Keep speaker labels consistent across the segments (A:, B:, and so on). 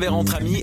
A: verre entre amis,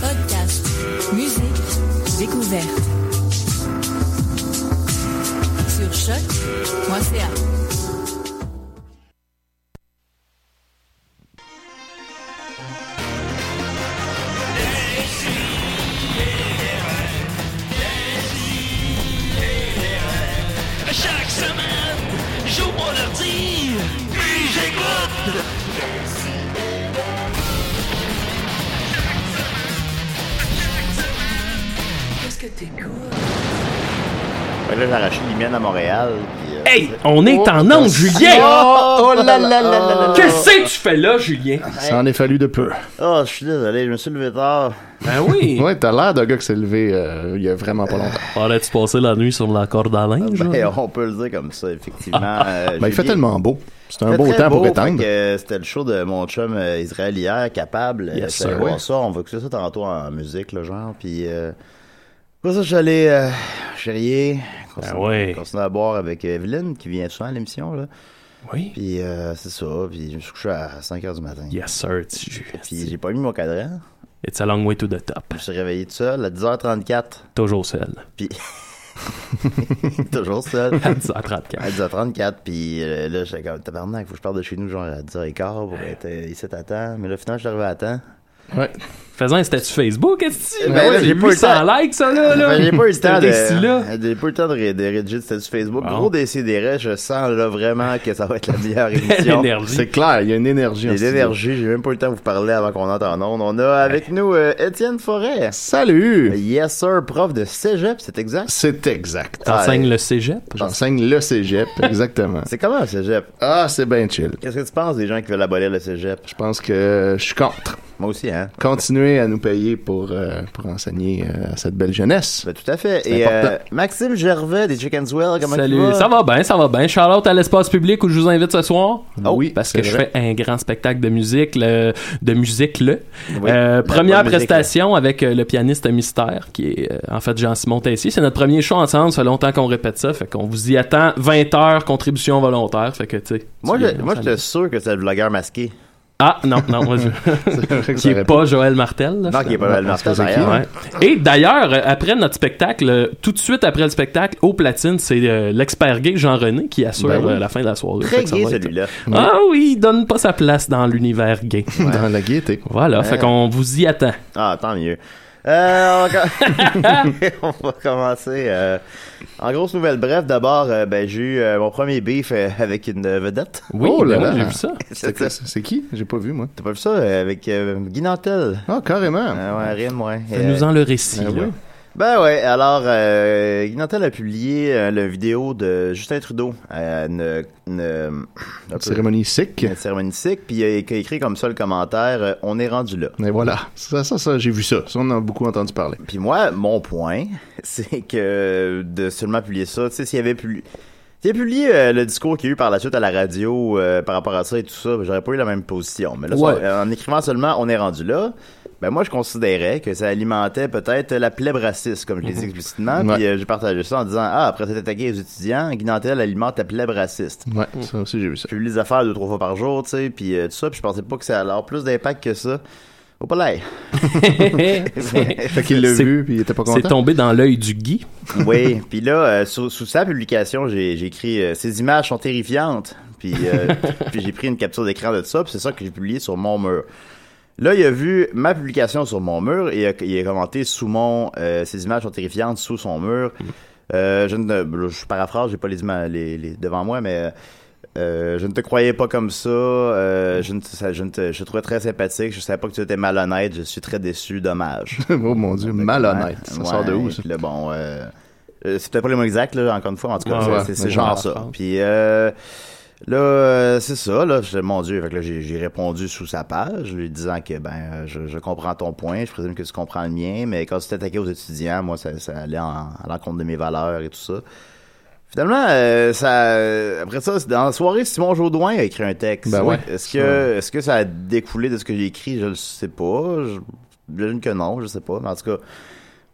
B: Podcast, musique, découverte. Sur choc.ca.
C: Chaque semaine, j'ouvre mon ordi, puis j'écoute. Qu'est-ce que t'écoutes?
D: Ouais, Ben là, j'ai arraché les miennes à Montréal. puis, euh,
E: Hey, on est en onde, Julien!
F: Oh, oh là là là là là là.
E: Qu'est-ce que tu fais là, Julien?
F: Ça en est fallu de peu.
D: Ah, je suis désolé, je me suis levé tard.
E: Ben oui!
F: Ouais, t'as l'air d'un gars qui s'est levé euh, il y a vraiment pas longtemps.
G: Aurais-tu passé la nuit sur la corde à linge?
D: Ben, on peut le dire comme ça, effectivement. euh,
F: Ben, il fait
D: Julien.
F: tellement beau. C'est un
D: Fait
F: beau
D: très
F: temps pour
D: beau, fait
F: éteindre.
D: que, euh, C'était le show de mon chum euh, Israël hier, capable.
F: Yes,
D: Euh,
F: sir.
D: j'allais voir
F: Ouais.
D: ça, on va écouter ça tantôt en musique, le genre. Puis, euh, après ça, j'allais euh, chérier, continuer,
G: ouais.
D: continuer à boire avec Evelyne, qui vient souvent à l'émission, là.
G: Ben
E: Oui?
D: Puis, euh, c'est ça. Puis, je me suis couché à 5 h du matin.
G: Yes, sir, petit jus.
D: Puis, j'ai pas mis mon cadran.
G: It's a long way to the top.
D: Je me suis réveillé tout seul à 10h34.
G: Toujours seul.
D: Puis, toujours seul.
G: À 10h34.
D: À 10h34, puis euh, là, j'étais comme, tabarnak, faut que je parte de chez nous, genre à 10h15 pour être euh, ici à temps. Mais là, finalement, je suis arrivé à temps.
F: Ouais.
G: Faisant un statut Facebook, est-ce que
D: Ben là, j'ai pas eu le temps.
G: likes, ça, là? là.
D: Ben, j'ai pas eu le temps
G: T'es ici, là.
D: de, j'ai pas eu le temps de, ré- de rédiger c'était sur Facebook. Gros décidéré, je sens là vraiment que ça va être la meilleure émission.
G: L'énergie.
F: C'est clair, il y a une énergie en
D: Les
F: studio.
D: énergies, j'ai même pas eu le temps de vous parler avant qu'on entre en ondes. On a avec nous euh, Étienne Forêt.
F: Salut!
D: Yes sir, prof de cégep, c'est exact.
F: C'est exact. Ah,
G: T'enseignes le cégep?
F: J'enseigne le cégep, exactement.
D: C'est comment le cégep?
F: Ah, c'est bien chill.
D: Qu'est-ce que tu penses des gens qui veulent abolir le cégep?
F: Je pense que je suis contre.
D: Moi aussi, hein?
F: Continuez à nous payer pour, euh, pour enseigner euh, à cette belle jeunesse.
D: Ben, tout à fait.
F: C'est
D: Et
F: important.
D: euh, Maxime Gervais des Chickenswell, comment tu
G: Salut,
D: vas?
G: ça va bien, ça va bien. Charlotte à l'espace public où je vous invite ce soir.
D: Ah
F: Oh, oui,
G: parce
F: c'est
G: que je
F: vrai.
G: fais un grand spectacle de musique, le- de musique le.
D: Oui,
G: Euh,
D: la
G: première
D: bonne musique,
G: prestation avec euh, le pianiste Mystère, qui est euh, en fait Jean-Simon Tessier. C'est notre premier show ensemble, ça fait longtemps qu'on répète ça, fait qu'on vous y attend 20 heures contribution volontaire, fait que tu sais.
D: Moi,
G: tu
D: je,
G: viens,
D: moi,
G: ça
D: j'étais sûr que c'est le blogueur masqué.
G: Ah non, non, moi, je...
F: C'est vrai que
G: qui
F: ça
G: est
F: aurait
G: pas Joël Martel. là,
D: Non, qui est pas
F: Ouais,
D: mal
F: on se faisait
D: masqué.
F: qui,
G: Ouais. Et d'ailleurs, euh, après notre spectacle, euh, tout de suite après le spectacle, au platine, c'est euh, l'expert gay Jean-René qui assure
F: Ben oui.
G: euh, la fin de la soirée. Fait
D: Très
G: que ça
D: gay
G: va être-
D: celui-là.
G: Ah oui, il donne pas sa place dans l'univers gay.
F: dans la gaieté.
G: Voilà, fait
D: Ouais.
G: qu'on vous y attend.
D: Ah, tant mieux. Euh, on, va... com- on va commencer. euh, En grosse nouvelle, bref, d'abord, euh, ben, j'ai eu euh, mon premier beef euh, avec une vedette.
G: Oui,
F: Oh là
G: ben oui,
F: là.
G: j'ai vu ça.
F: C'est quoi, ça? C'est qui? J'ai pas vu, moi.
D: T'as pas vu ça euh, avec euh, Guy Nantel?
F: Ah, carrément.
D: Euh, ouais, rime, ouais.
G: Ça
D: Euh,
G: nous en le récit.
F: Ben
G: là.
F: oui.
D: Ben ouais, alors, euh, Guy Nantel a publié euh, la vidéo de Justin Trudeau à une, une- un peu-
F: Une cérémonie sick.
D: une cérémonie sick, puis il a éc- écrit comme ça le commentaire euh, On est rendu là.
F: Mais voilà, ça, ça, ça j'ai vu ça. Ça, on en a beaucoup entendu parler.
D: Puis moi, mon point, c'est que de seulement publier ça, tu sais, s'il y avait publié. S'il avait publié euh, le discours qu'il y a eu par la suite à la radio euh, par rapport à ça et tout ça, j'aurais pas eu la même position. Mais là, ça-
G: Ouais.
D: euh, en écrivant seulement on est rendu là, ben moi je considérais que ça alimentait peut-être la plèbe raciste, comme je l'ai dit explicitement.
F: Ouais.
D: Puis euh, j'ai partagé ça en disant Ah, après s'être attaqué aux étudiants, Guy Nantel alimente la plèbe raciste.
F: Ouais,
G: Mm.
F: ça aussi, j'ai vu ça.
D: Je publie des affaires deux, trois fois par jour, tu sais, puis euh, tout ça, puis je pensais pas que ça allait avoir plus d'impact que ça Au palais.
F: Fait qu'il l'a
G: C'est-
F: vu, puis il était pas
G: C'est
F: content.
G: tombé dans l'œil du Guy.
D: oui, puis là, euh, sous, sous sa publication, j'ai j'ai écrit euh, Ces images sont terrifiantes ». Puis euh, puis j'ai pris une capture d'écran de ça, puis c'est ça que j'ai publié sur mon mur. Là, il a vu ma publication sur mon mur et il a, il a commenté sous mon euh, Ces images sont terrifiantes » sous son mur. Euh, je ne je paraphrase, j'ai pas les images les, les- devant moi, mais euh, je ne te croyais pas comme ça. euh, je ne, te- ça- je ne te, je te trouvais très sympathique. Je savais pas que tu étais malhonnête. Je suis très déçu. Dommage.
F: oh mon dieu, malhonnête. Ça
D: Ouais,
F: sort de où,
D: et
F: ça?
D: puis là, bon, euh, euh, c'est peut-être pas les mots exacts, là, encore une fois. En tout cas,
G: Ouais,
D: c'est-
G: ouais.
D: c'est c'est
G: Ouais,
D: genre
G: je
D: ça.
G: pense.
D: Puis euh, là, euh, c'est ça. Là, je- mon Dieu, fait que là, j'ai j'ai répondu sous sa page, lui disant que ben, euh, je, je comprends ton point, je présume que tu comprends le mien, mais quand tu t'attaquais aux étudiants, moi, ça, ça allait en- à l'encontre de mes valeurs et tout ça. Finalement, euh, ça, après ça, c'est- dans la soirée, Simon Jaudoin a écrit un texte.
F: Ben ouais.
D: Est-ce que, est-ce que ça a découlé de ce que j'ai écrit Je le sais pas. Je- J'imagine que non, je sais pas. Mais en tout cas.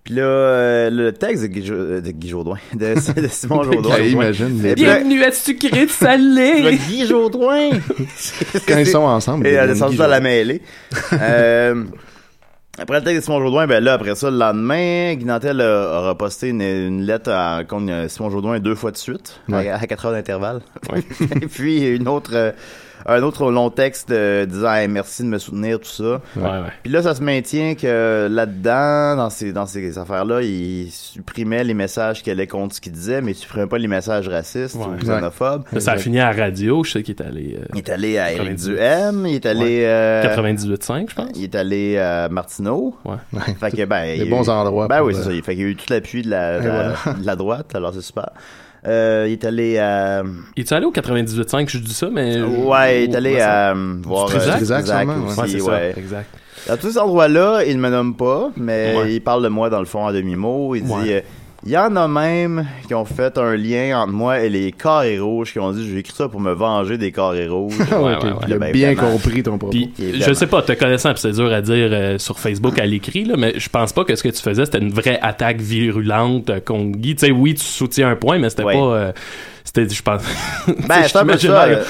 D: Puis là, euh, le texte de Guy, Jo- euh, de Guy Jodoin, de, de Simon Jaudoin.
F: Ouais, imagine, les-
D: Et puis là,
G: à Sucré de
D: le
G: Salé!
D: Guy Jodoin.
F: quand ils sont ensemble.
D: Et
F: ils
D: elle est
F: deviennent
D: sortie
F: Guy
D: dans la
F: Jodoin.
D: mêlée. Euh, après le texte de Simon Jaudoin, ben là, après ça, le lendemain, Guy Nantel a, a reposté une, une lettre à, contre euh, Simon Jaudoin deux fois de suite, à-
F: Ouais.
D: à, 4 heures d'intervalle. Et puis une autre, euh, un autre long texte euh, disant Hey, merci de me soutenir, tout ça.
G: Ouais, ouais.
D: Puis là, ça se maintient que euh, là-dedans, dans ces, dans ces affaires-là, il supprimait les messages qu'elle allait contre ce qu'il disait, mais il supprimait pas les messages racistes ou
G: Ouais.
D: xénophobes.
G: Ça a fini à la radio, je sais qu'il est allé euh,
D: Il est allé à Eric
G: 90.
D: Duhem, il est allé...
G: Ouais.
D: euh,
G: 98.5, je pense.
D: il est allé à Martineau.
G: Ouais.
D: Fait que, ben, il y a
F: Les
D: eu-
F: bons endroits.
D: Ben
F: pour,
D: oui, c'est
F: euh,
D: ça. Il- Fait qu'il y a eu tout l'appui de la, de
F: Et
D: la- de la droite, alors c'est super. Euh, il est allé à.
G: Il est allé au 98.5, je dis ça, mais.
D: Ouais, il est allé à. euh, Voir.
G: Trisac?
D: euh,
F: Trisac, sûrement,
G: Ouais,
D: aussi,
G: c'est
D: ouais.
G: ça. Exact.
D: À tous ces endroits-là, il ne me nomme pas, mais
G: Ouais.
D: il parle de moi dans le fond à demi-mot. Il dit.
G: Ouais.
D: euh, il y en a même qui ont fait un lien entre moi et les carrés rouges qui ont dit j'ai écrit ça pour me venger des carrés rouges.
G: ouais,
F: ok,
G: ouais,
F: Il a
D: ben,
F: bien
D: évidemment.
F: compris ton propos.
G: Puis,
D: est
G: je
D: vraiment-
G: sais pas, te connaissant, puis c'est dur à dire euh, sur Facebook à l'écrit, là, mais je pense pas que ce que tu faisais, c'était une vraie attaque virulente euh, contre Guy. Tu sais, oui, tu soutiens un point, mais c'était
D: Ouais.
G: pas. euh, c'était, je pense.
D: Ben, c'est un peu
G: J'imagine
D: ça.
G: mal,
D: euh,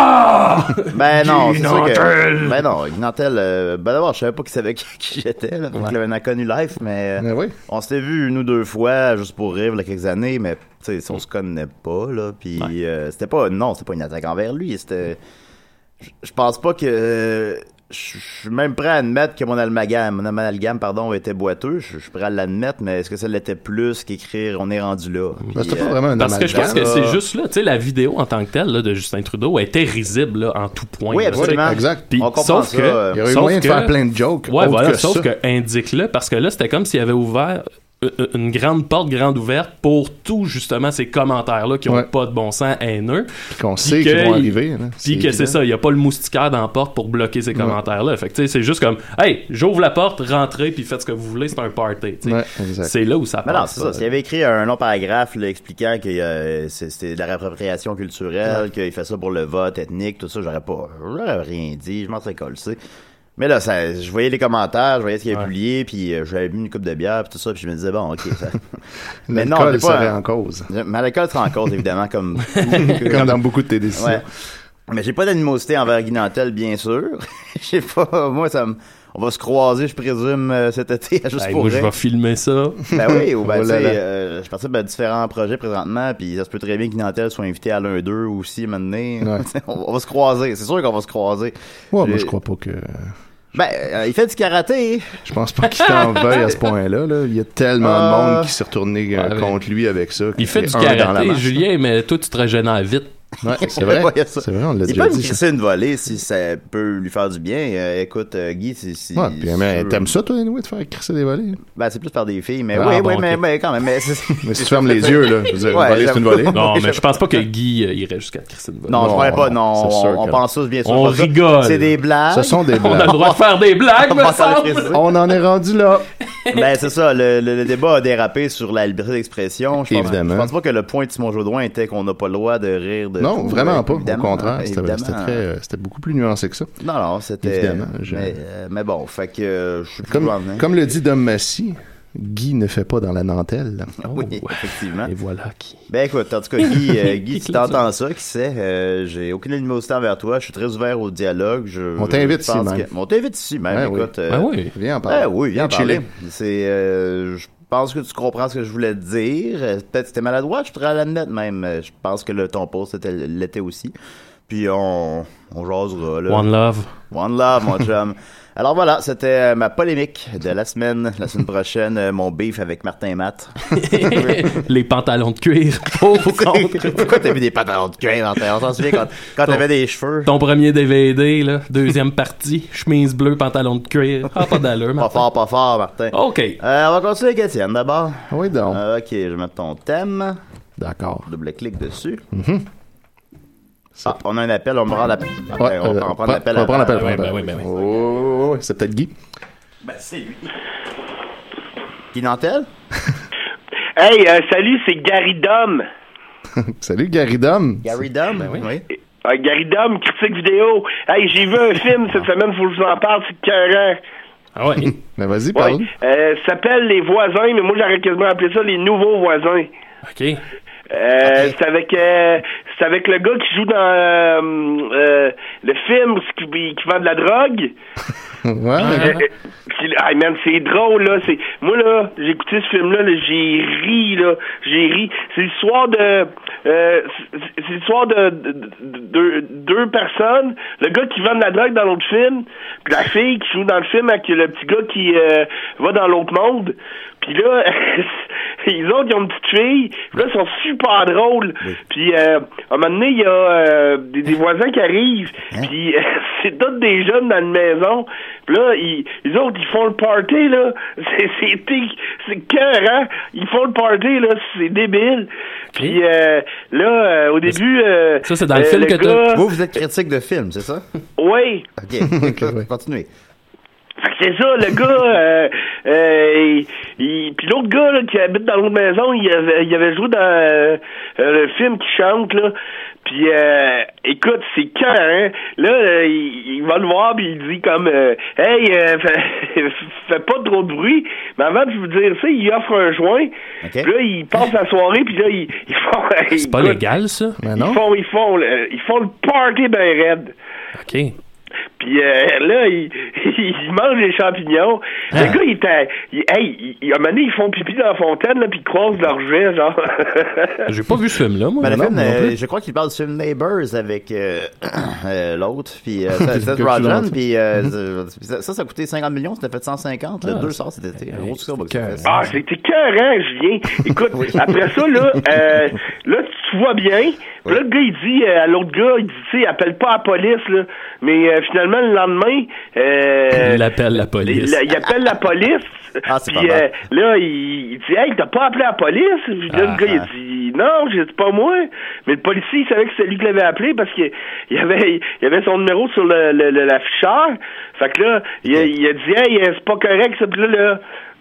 G: Ah!
D: Ben non,
G: Guy
D: c'est sûr que...
G: Nantel.
D: Ben non, Guy Nantel, euh, ben d'abord, je savais pas qu'il savait qui, qui j'étais, là. Fait qu'il avait un inconnu live, mais... euh,
F: Ben oui.
D: On s'était vu une ou deux fois, juste pour rire, il y a quelques années, mais, tu sais, si on se connaît pas, là, puis euh, c'était pas... Non, c'était pas une attaque envers lui, c'était... je- Je pense pas que... euh, Je je suis même prêt à admettre que mon amalgame, mon amalgame pardon, était boiteux. Je je suis prêt à l'admettre, mais est-ce que ça l'était plus qu'écrire On est rendu là?
F: Ben,
D: Puis,
F: c'était
D: euh,
F: pas vraiment un
G: Parce que je pense
F: amalgame.
G: que
D: là.
G: c'est juste là, tu sais, la vidéo en tant que telle là, de Justin Trudeau elle était risible là, en tout point.
D: Oui,
G: là, tu sais.
D: absolument.
F: exact.
G: Puis,
D: on comprend
G: sauf
D: ça,
G: que-
D: euh,
F: Il y aurait eu
G: Sauf
F: moyen de
G: que-
F: faire plein de jokes.
G: Ouais,
F: autres
G: voilà,
F: que
G: sauf
F: ça.
G: que indique-le, parce que là, c'était comme s'il avait ouvert u- u- une grande porte grande ouverte pour tout justement ces commentaires-là qui ont
F: Ouais.
G: pas de bon sens haineux.
F: Puis qu'on sait
G: que
F: qu'ils vont
G: il-
F: arriver. là.
G: Puis que
F: évident.
G: c'est ça, il n'y a pas le moustiquaire dans la porte pour bloquer ces commentaires-là. Fait que tu sais, c'est juste comme, hey, j'ouvre la porte, rentrez, puis faites ce que vous voulez, c'est un party. tu sais.
F: Ouais, exact.
G: C'est là où Ah, ça
D: Mais
G: passe.
D: non, c'est ça.
G: là.
D: S'il avait écrit un long paragraphe là, expliquant que euh, c'est- c'était de la réappropriation culturelle, qu'il fait ça pour le vote ethnique, tout ça, j'aurais pas j'aurais rien dit, je m'en serais colsé. Mais là, ça, je voyais les commentaires, je voyais ce qu'il avait
G: Ouais.
D: publié, puis euh, j'avais bu une coupe de bière, puis tout ça, puis je me disais, bon, ok. Ça... Mais non,
F: L'alcool
D: c'est pas
F: serait
D: un-
F: en cause.
D: Mais l'alcool sera en cause, évidemment, comme.
F: Comme dans beaucoup de tes décisions.
D: Ouais. Mais j'ai pas d'animosité envers Guy Nantel, bien sûr. J'ai pas. Moi, ça me. On va se croiser, je présume, euh, cet été, à juste
G: Hey,
D: pour
G: moi, je
D: rire.
G: vais filmer ça.
D: Ben oui, ou ben,
F: Oh là
D: tu sais,
F: là.
D: euh, je participe à différents projets présentement, puis ça se peut très bien que Nantel soit invité à l'un d'eux aussi, maintenant.
F: Ouais.
D: on, on va se croiser, c'est sûr qu'on va se croiser.
F: Ouais, moi,
D: J'ai-
F: je crois pas que.
D: Ben, euh, il fait du karaté.
F: Je pense pas qu'il t'en veuille à ce point-là. là. Il y a tellement
D: Ah.
F: de monde qui s'est retourné euh,
G: Ouais, mais-
F: contre lui avec ça.
G: Il fait
F: y
G: du
F: a un dans la
G: karaté,
F: masse.
G: Julien, mais toi, tu te régénères vite.
F: Ouais, c'est vrai.
D: Ouais, ça.
F: c'est vrai, on l'a
D: Il peut
F: déjà
D: me
F: dit. ça.
D: crisser une volée si ça peut lui faire du bien. Euh, écoute, euh, Guy, si. si
F: Ouais, puis, mais
D: si-
F: t'aimes ça, toi, anyway, de faire crisser des volets?
D: Ben, c'est plus par des filles, mais
G: Ah,
D: oui,
G: bon,
D: oui,
G: ok.
D: mais, mais quand même. Mais c'est-
F: Mais si tu fermes les yeux, là, je veux dire, une
D: Ouais,
F: volée, c'est une
D: j'avoue.
F: volée.
G: Non, mais je pense pas que Guy euh, irait jusqu'à Christine Bonne.
D: non, je
F: Non,
D: croyais pas, non.
F: c'est sûr
D: On, on
F: que-
D: pense tous, bien sûr.
G: On
D: pas ça.
G: rigole.
D: C'est des blagues.
F: Ce sont des
G: On a le
F: blagues.
G: droit de faire des blagues,
D: On va
G: me
D: s'en
G: semble!
D: crisser.
F: On en est rendu là.
D: Ben, c'est ça. Le, le- le débat a dérapé sur la liberté d'expression. Je pense,
F: Évidemment.
D: Je pense pas que le point de Simon Jaudoin était qu'on n'a pas le droit de rire de.
F: Non,
D: tout,
F: vraiment
D: euh,
F: pas. Au
D: évidemment,
F: contraire, c'était
D: évidemment.
F: c'était très, euh, c'était beaucoup plus nuancé que ça.
D: Non, non, c'était.
F: Évidemment, je-
D: Mais, euh, mais bon, fait que euh, je suis plus
F: Comme,
D: loin de venir.
F: comme le dit Dom Massy, Guy ne fait pas dans la dentelle.
D: Oui, effectivement.
G: Et voilà qui.
D: Ben écoute, en tout cas, Guy, euh, Guy
G: Qui
D: si
G: clôt ça.
D: t'entends ça, qui sait, euh, j'ai aucune animosité envers toi, je suis très ouvert au dialogue. Je,
F: On t'invite
D: je pense
F: ici même.
D: que- On t'invite ici même,
F: Ouais, oui.
D: écoute. euh,
G: Ah oui.
F: Viens en parler.
D: Ben oui, viens
F: Viens chiller.
D: parler. C'est, euh, je pense que tu comprends ce que je voulais te dire. Euh, Peut-être que c'était maladroit, je pourrais l'admettre même. Euh, Je pense que le ton post était- l'était aussi. Puis on, on jasera, là.
G: One Love.
D: One love, mon chum. Alors voilà, c'était euh, ma polémique de la semaine. La semaine prochaine, euh, mon beef avec Martin Matt.
G: les pantalons de cuir. Pour ou contre.
D: Pourquoi t'as mis des pantalons de cuir, Martin? On s'en souvient quand, quand t'avais des cheveux.
G: Ton premier DVD, là, deuxième partie, chemise bleue, pantalon de cuir. Ah, pas d'allure,
D: Pas
G: man.
D: fort, pas fort, Martin.
G: OK.
D: Euh, on va continuer avec Étienne d'abord.
F: Ah Oui, donc.
D: Euh, ok, je mets ton thème.
F: D'accord.
D: Double-clic dessus. Ah, on a un appel, on me rend l'appel. Ah,
F: Ouais,
D: ben, on
F: euh,
D: va en prendre
F: pre-
D: l'appel.
F: on va prendre
D: avant.
F: l'appel. on va prendre l'appel. Oh, ouais, c'est peut-être Guy.
D: Ben, c'est lui. Guy Nantel?
C: Hey, euh, salut, c'est Gary Dom.
F: Salut, Gary Dom.
D: Gary Dom? oui.
C: Euh, Gary Dom, critique vidéo. Hey, j'ai vu un film cette semaine, faut que je vous en parle, c'est écœurant.
G: Ah ouais.
F: Ben, vas-y, parle.
C: Ouais. Euh, ça s'appelle Les Voisins, mais moi j'aurais quasiment appelé ça Les Nouveaux Voisins.
G: OK.
C: Euh, C'est avec euh, c'est avec le gars qui joue dans euh, euh, le film qui, qui vend de la drogue.
F: Ouais.
C: Euh, puis, ah, man, c'est drôle là. C'est moi là, j'ai écouté ce film là, j'ai ri là, j'ai ri. C'est l'histoire de euh, c'est c'est l'histoire de, de- de- de- deux personnes. Le gars qui vend de la drogue dans l'autre film, puis la fille qui joue dans le film avec le petit gars qui euh, va dans l'autre monde. Puis là, ils autres, ils ont une petite fille. Puis là, ils sont super drôles. Puis euh, à un moment donné, il y a euh, des,
G: Hein?
C: des voisins qui arrivent. Puis euh, c'est tous des jeunes dans une maison. Puis là, ils, ils autres, ils font le party, là. C'est c'est té- c'est cœur, hein? Ils font le party, là. C'est débile. Puis euh, là, euh, au début... euh,
G: Ça, c'est dans le film que
C: gars-
D: Vous, vous êtes critique de film, c'est ça?
C: Ouais.
D: Ok,
F: ouais.
D: continuez.
C: Fait que c'est ça, le gars. Euh, euh, il- il- puis l'autre gars là, qui habite dans l'autre maison, il avait, il avait joué dans euh, euh, le film qui chante là. Puis euh, écoute, c'est quand hein? Là, euh, il, il va le voir puis il dit comme euh, hey, euh, fais, fais pas trop de bruit. Mais avant de vous dire ça, il offre un joint.
D: Ok.
C: Puis là, il passe la soirée puis là, ils il font.
G: C'est pas
C: écoute,
G: légal, ça?
F: Ben,
C: Ils
F: non.
C: font, ils font, le- ils font le party ben raide.
G: OK.
C: Puis euh, là, il, il mange les champignons. Le gars, il était. Il, hey, il- il- à un moment donné, ils font pipi dans la fontaine, là, puis ils croisent leur jet, genre.
G: J'ai pas vu ce film-là, moi.
D: Ben, le
G: Non,
D: film,
G: non
D: euh,
G: plus.
D: je crois qu'il parle du film Neighbors avec euh, euh, l'autre, puis euh, Seth-
F: Le
D: Seth
F: gars qui lance.
D: Rogen, puis euh, ça, ça, ça a coûté 50 millions, c'était fait 150, le 200 c'était un gros succès au box-office.
C: ah, c'était cœurant, Julien. Écoute, après ça, là, euh, là, tu vois bien. Puis là, le gars, il dit euh, à l'autre gars, il dit, tu sais, appelle pas la police, là. Mais euh, finalement, le lendemain. Euh,
G: Il appelle la
C: Il,
G: police.
C: il appelle la police.
D: Ah, c'est
C: puis
D: pas mal.
C: euh, là, il, il dit Hey, t'as pas appelé la police Puis là,
D: Ah,
C: le gars,
D: ah.
C: il dit Non, j'ai dit pas moi. Mais le policier, il savait que c'est lui qui l'avait appelé parce qu'il il avait, il avait son numéro sur le- le- le- l'afficheur. Fait que là, il, a- il a dit Hey, euh, c'est pas correct ça. Puis là, là,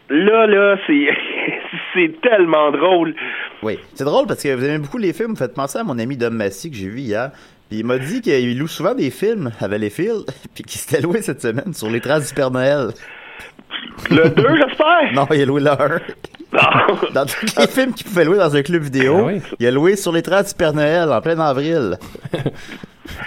C: là, là, c'est, c'est tellement drôle.
D: Oui, c'est drôle parce que vous aimez beaucoup les films, vous faites penser à mon ami Dom Massy que j'ai vu hier. Puis il m'a dit qu'il loue souvent des films à Valleyfield, puis qu'il s'était loué cette semaine sur les traces du Père Noël.
C: Le 2, j'espère
D: Non, il a loué le 1.
C: Non.
D: Dans tous les films qu'il pouvait louer dans un club vidéo,
G: Ah
F: Ben
G: oui.
D: il a loué sur les traces du Père Noël en plein avril.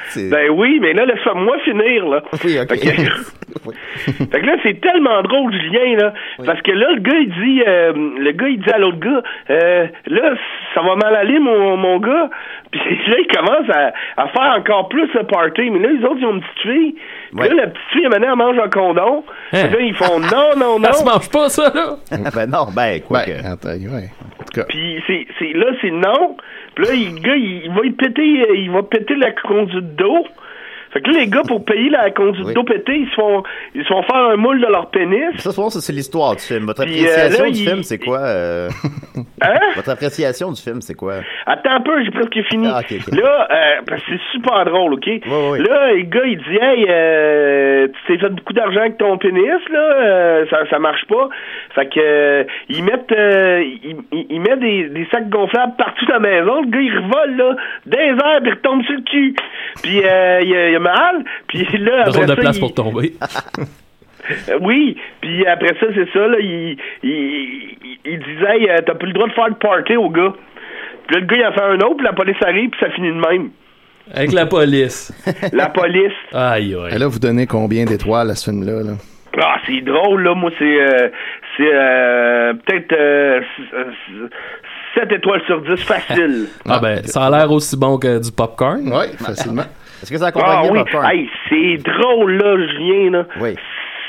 D: C'est-
C: Ben oui, mais là, laisse-moi finir, là.
D: Oui, ok.
C: Fait que- Fait que là, c'est tellement drôle, Julien, là. Parce que là, le gars, il dit, euh, le gars, il dit à l'autre gars, euh, là, ça va mal aller, mon, mon gars. Puis là, il commence à, à faire encore plus le party. Mais là, les autres, ils ont une petite fille. Puis
D: Ouais.
C: là, la petite fille, maintenant, elle mange un condom.
G: Hein?
C: Puis là, ils font non, non,
G: Ça se
C: non.
G: mange pas, ça, là!
D: ben non, ben quoi que.
F: Ben, attends, ouais. En tout cas,
C: Puis c'est, c'est, là, c'est non. Puis là, il- le gars, il, il va y péter, euh, il va péter la conduite d'eau. Fait que là, les gars, pour payer la conduite
D: Oui.
C: d'eau pétée, ils se font, ils se font faire un moule de leur pénis.
D: Ça, souvent, ça, c'est l'histoire du film. Votre
C: Puis, euh,
D: appréciation
C: là,
D: du
C: il-
D: film, c'est quoi euh,
C: Hein?
D: Votre appréciation du film, c'est quoi
C: Attends un peu, j'ai presque fini.
D: Ah, ok, ok.
C: Là, euh, parce que c'est super drôle, OK?
D: oui.
C: Là, le gars, il dit, hey, euh, tu t'es fait beaucoup d'argent avec ton pénis, là, euh, ça, ça marche pas. Fait que, euh, ils mettent, euh, ils, ils- ils mettent des, des sacs gonflables partout dans la maison. Le gars, il revole, là, des airs, puis il retombe sur le cul. Puis, euh, il, a, il a mal. Puis là, après
G: Drôle de
C: ça,
G: place
C: il-
G: pour tomber.
C: Euh, Oui, puis après ça, c'est ça, là, il, il, il- il disait, Hey, euh, t'as plus le droit de faire de party au gars. Puis là, le gars, il a fait un autre, puis la police arrive, puis ça finit de même.
G: Avec la police.
C: La police,
G: Aïe, aïe.
F: Et là, vous donnez combien d'étoiles à ce film-là? là?
C: ah, c'est drôle, là, moi, c'est, euh, c'est euh, peut-être euh, 7 étoiles sur 10, facile.
G: Ah ben, ça a l'air aussi bon que du popcorn.
F: Oui, facilement.
D: Est-ce que ça
C: Ah
D: accompagne
C: oui,
D: Popcorn?
C: hey, c'est drôle, là, Julien, là.
D: Oui.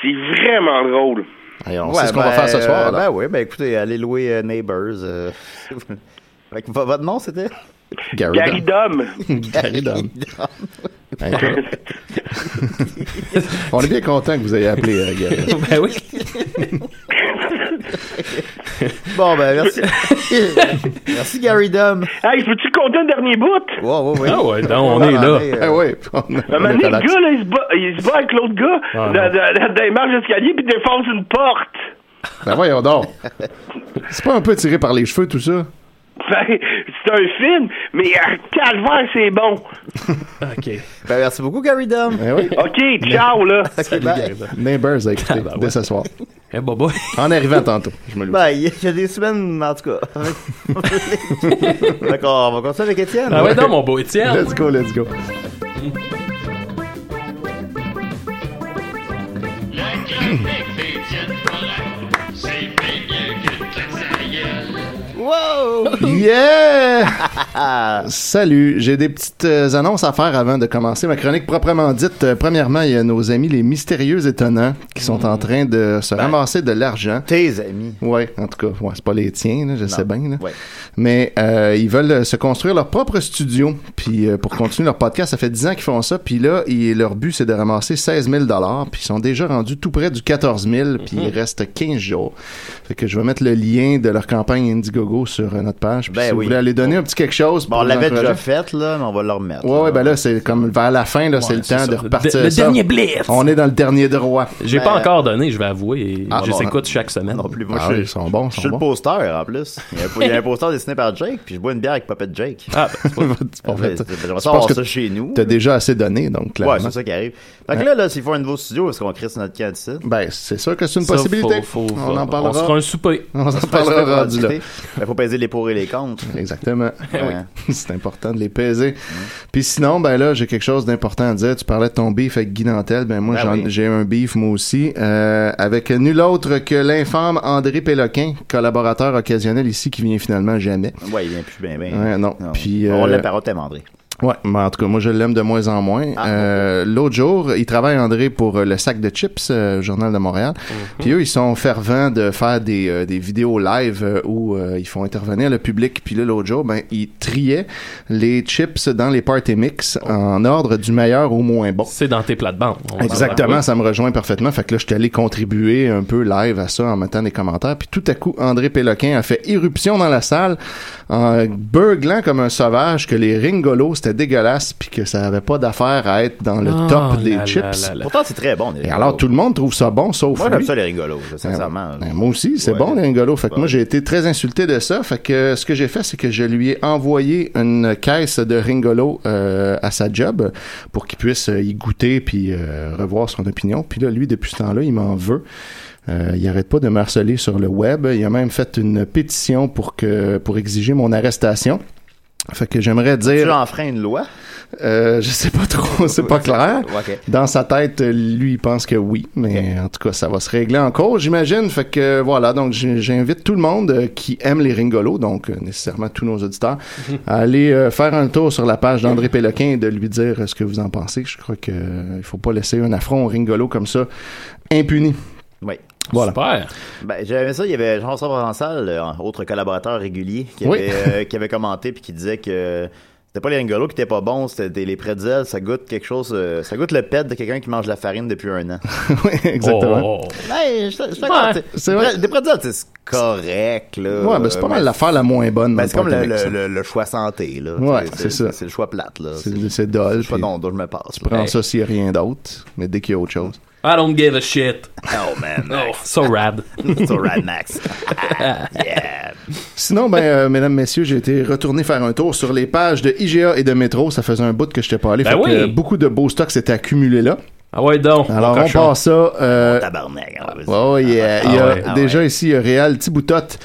C: C'est vraiment drôle.
F: Hey, on
D: Ouais,
F: sait ce qu'on va
D: ben,
F: faire ce soir.
D: euh,
F: Là.
D: Ben oui, ben écoutez, allez louer euh, Neighbors. euh, Fait que vo- votre nom, c'était?
C: Gary Dom.
F: Gary Dom. Hey, toi. on est bien content que vous ayez appelé euh, Gary.
G: Ben oui.
D: Bon, ben merci. merci, Gary Dum.
C: Hey, peux-tu compter un dernier bout?
D: Wow, wow, oui.
G: Ah ouais, donc, on est là.
D: Hey, euh,
F: Ah oui, on,
C: À un
F: on
C: moment
F: est
C: donné,
F: relax.
C: le gars, là, il se bat, il se bat avec l'autre gars
G: Ah,
C: dans, dans- dans- dans les marches d'escalier, puis il défonce une porte.
F: Ben voyons donc. C'est pas un peu tiré par les cheveux, tout ça?
C: Ben, c'est un film, mais à calvaire, c'est bon.
G: OK.
D: ben, merci beaucoup, Gary Dum.
F: Ben oui.
C: OK, ciao, là.
D: Ok, bye.
C: Ah.
F: Neighbors à écouter
C: ben
F: dès ce soir.
G: Eh, bobo.
F: En arrivant tantôt. Je me loue.
D: Ben, il y a- il y a des semaines, en tout cas. D'accord, on va continuer avec Étienne.
G: Ah ouais, donc, mon beau Étienne.
F: Let's go, let's go. Yeah! Salut, j'ai des petites euh, annonces à faire avant de commencer ma chronique proprement dite. Euh, premièrement, il y a nos amis les mystérieux étonnants qui sont
D: Mmh.
F: en train de
D: Ben.
F: se ramasser de l'argent.
D: Tes amis.
F: Ouais, en tout cas, ouais, c'est pas les tiens, là, je sais bien. là.
D: Ouais.
F: Mais euh, ils veulent euh, se construire leur propre studio. Puis euh, pour continuer leur podcast, ça fait 10 ans qu'ils font ça. Puis là, ils- leur but, c'est de ramasser 16 000 Puis ils sont déjà rendus tout près du 14 000. Puis
D: Mmh.
F: il reste 15 jours. Fait que je vais mettre le lien de leur campagne Indiegogo sur euh, notre page. Puis
D: Ben
F: si vous
D: oui.
F: voulez aller donner un petit quelque chose.
D: Bon,
F: pour
D: on
F: vous
D: l'avait
F: encourager-
D: déjà faite, là, mais on va le remettre.
F: Ouais, ouais, ben là, c'est comme vers la fin, là, c'est le temps
G: Ah, ça.
F: de
G: Le-
F: repartir.
G: le
F: ça.
G: dernier blitz.
F: On est dans le dernier droit.
G: J'ai
D: Ben,
G: pas encore donné, je vais avouer.
F: Ah,
G: je
F: bon,
G: s'écoute chaque semaine.
D: Non plus, moi,
F: Ah
D: je,
F: oui, ils sont bons, ils
D: je
F: sont
D: suis
F: bons.
D: le poster, en plus. Il y, a un, po- il y a un poster dessiné par Jake, puis je bois une bière avec Papa Jake.
G: Ah, ben, c'est pas-
F: En fait,
D: Ben,
F: je
D: j'aimerais
F: pense
D: ça avoir
F: que
D: ça chez nous.
F: T'as déjà assez donné, donc clairement.
D: Ouais, c'est ça qui arrive. Fait que là, là s'ils font un nouveau studio, est-ce qu'on crée sur notre camp ici?
F: Ben, c'est sûr que c'est une
G: ça,
F: possibilité.
G: faut- faut-
F: on en
G: On se
F: parlera. Ah.
G: fera un souper.
F: On en
D: Parce que
F: parlera rendu là.
D: Il faut peser les pour et les contre.
F: Exactement.
G: Eh
D: Ouais.
F: c'est important de les peser. Puis sinon, ben là, j'ai quelque chose d'important à dire. Tu parlais de ton beef avec Guy Nantel. Ben moi,
D: Ah
F: j'en-
D: oui.
F: j'ai un beef, moi aussi, euh, avec nul autre que l'infâme André Péloquin, collaborateur occasionnel ici qui vient finalement jamais.
D: Ouais, il vient plus bien, bien.
F: Ouais, non. Puis,
D: On
F: euh,
D: l'a parole, t'aimes André.
F: Ouais, mais en tout cas, moi, je l'aime de moins en moins. Euh, L'autre jour, il travaille, André, pour euh, le sac de chips, euh, Journal de Montréal. Puis eux, ils sont fervents de faire des, euh, des vidéos live euh, où euh, ils font intervenir le public. Puis là, l'autre jour, ben, ils triaient les chips dans les party mix en ordre du meilleur au moins bon.
G: C'est dans tes plates-bandes. On va
F: Exactement, ça me rejoint parfaitement. Fait que là, je suis allé contribuer un peu live à ça en mettant des commentaires. Puis tout à coup, André Péloquin a fait irruption dans la salle en beuglant comme un sauvage que les ringolos, c'était dégueulasse puis que ça avait pas d'affaire à être dans le
G: en parler.
F: top
G: Oh
F: des
G: là
F: chips.
G: là là là.
D: Pourtant, c'est très bon. les
F: Et alors,
D: rigolos.
F: tout le monde trouve ça bon, sauf
D: Moi,
F: lui.
D: j'aime ça, les rigolos, là, sincèrement.
F: Ben, moi aussi, c'est
D: Ouais.
F: bon, les rigolos. Fait que
D: Ouais.
F: moi, j'ai été très insulté de ça. Fait que ce que j'ai fait, c'est que je lui ai envoyé une caisse de ringolo euh, à sa job pour qu'il puisse euh, y goûter puis euh, revoir son opinion. Puis là, lui, depuis ce temps-là, il m'en veut. Euh, il arrête pas de me harceler sur le web. Il a même fait une pétition pour que pour exiger mon arrestation. Fait que j'aimerais
D: Tu
F: dire,
D: enfreins une loi?
F: euh, je sais pas trop, c'est pas clair.
D: Ok.
F: Dans sa tête, lui, il pense que oui, mais en tout cas, ça va se régler en cours, j'imagine. Fait que euh, voilà, donc j'ai- j'invite tout le monde euh, qui aime les ringolos, donc euh, nécessairement tous nos auditeurs,
D: Mhm.
F: à aller euh, faire un tour sur la page d'André Péloquin et de lui dire euh, ce que vous en pensez. Je crois que euh, il faut pas laisser un affront aux ringolos comme ça impuni.
D: Oui.
F: Voilà.
G: Super.
D: Ben, j'aimais ça, il y avait Jean-François Provençal, euh, un autre collaborateur régulier, qui
F: Oui.
D: avait, euh, qui avait commenté puis qui disait que c'était pas les ringolos qui étaient pas bons, c'était des- les pretzels, ça goûte quelque chose, euh, ça goûte le pet de quelqu'un qui mange de la farine depuis un an.
F: Oui, exactement.
G: Oh, oh, oh.
D: ben, je, je, je-
G: Ouais,
F: c'est vrai.
D: Des pretzels, c'est correct, là.
F: Ouais, ben, c'est pas
D: Euh,
F: mal
D: mais-
F: l'affaire la moins bonne. dans
D: Ben, c'est comme le,
F: Parc Québec,
D: le-
F: ça.
D: le- le choix santé, là.
F: Ouais, c'est ça.
D: C'est le choix plate, là.
F: C'est- C'est dole,
D: le choix
F: puis
D: dont, dont je me passe. là.
F: Prends ça s'il y a rien d'autre, mais dès qu'il y a autre chose.
G: I don't give a shit.
D: Oh, man.
G: Oh, so rad.
D: So rad, Max. yeah.
F: Sinon, ben, euh, mesdames, messieurs, j'ai été retourné faire un tour sur les pages de IGA et de Métro. Ça faisait un bout que je t'ai pas allé.
G: Ben
F: Fait que,
G: oui.
F: euh, beaucoup de beaux stocks s'étaient accumulés là.
G: Ah ouais, donc.
F: Alors,
G: mon
F: on
G: cochon.
F: passe ça. euh,
D: Tabarnak. on va-
F: Oh, yeah. il y a,
G: Ah ouais, ah
F: déjà ici il y a Réal Thiboutotte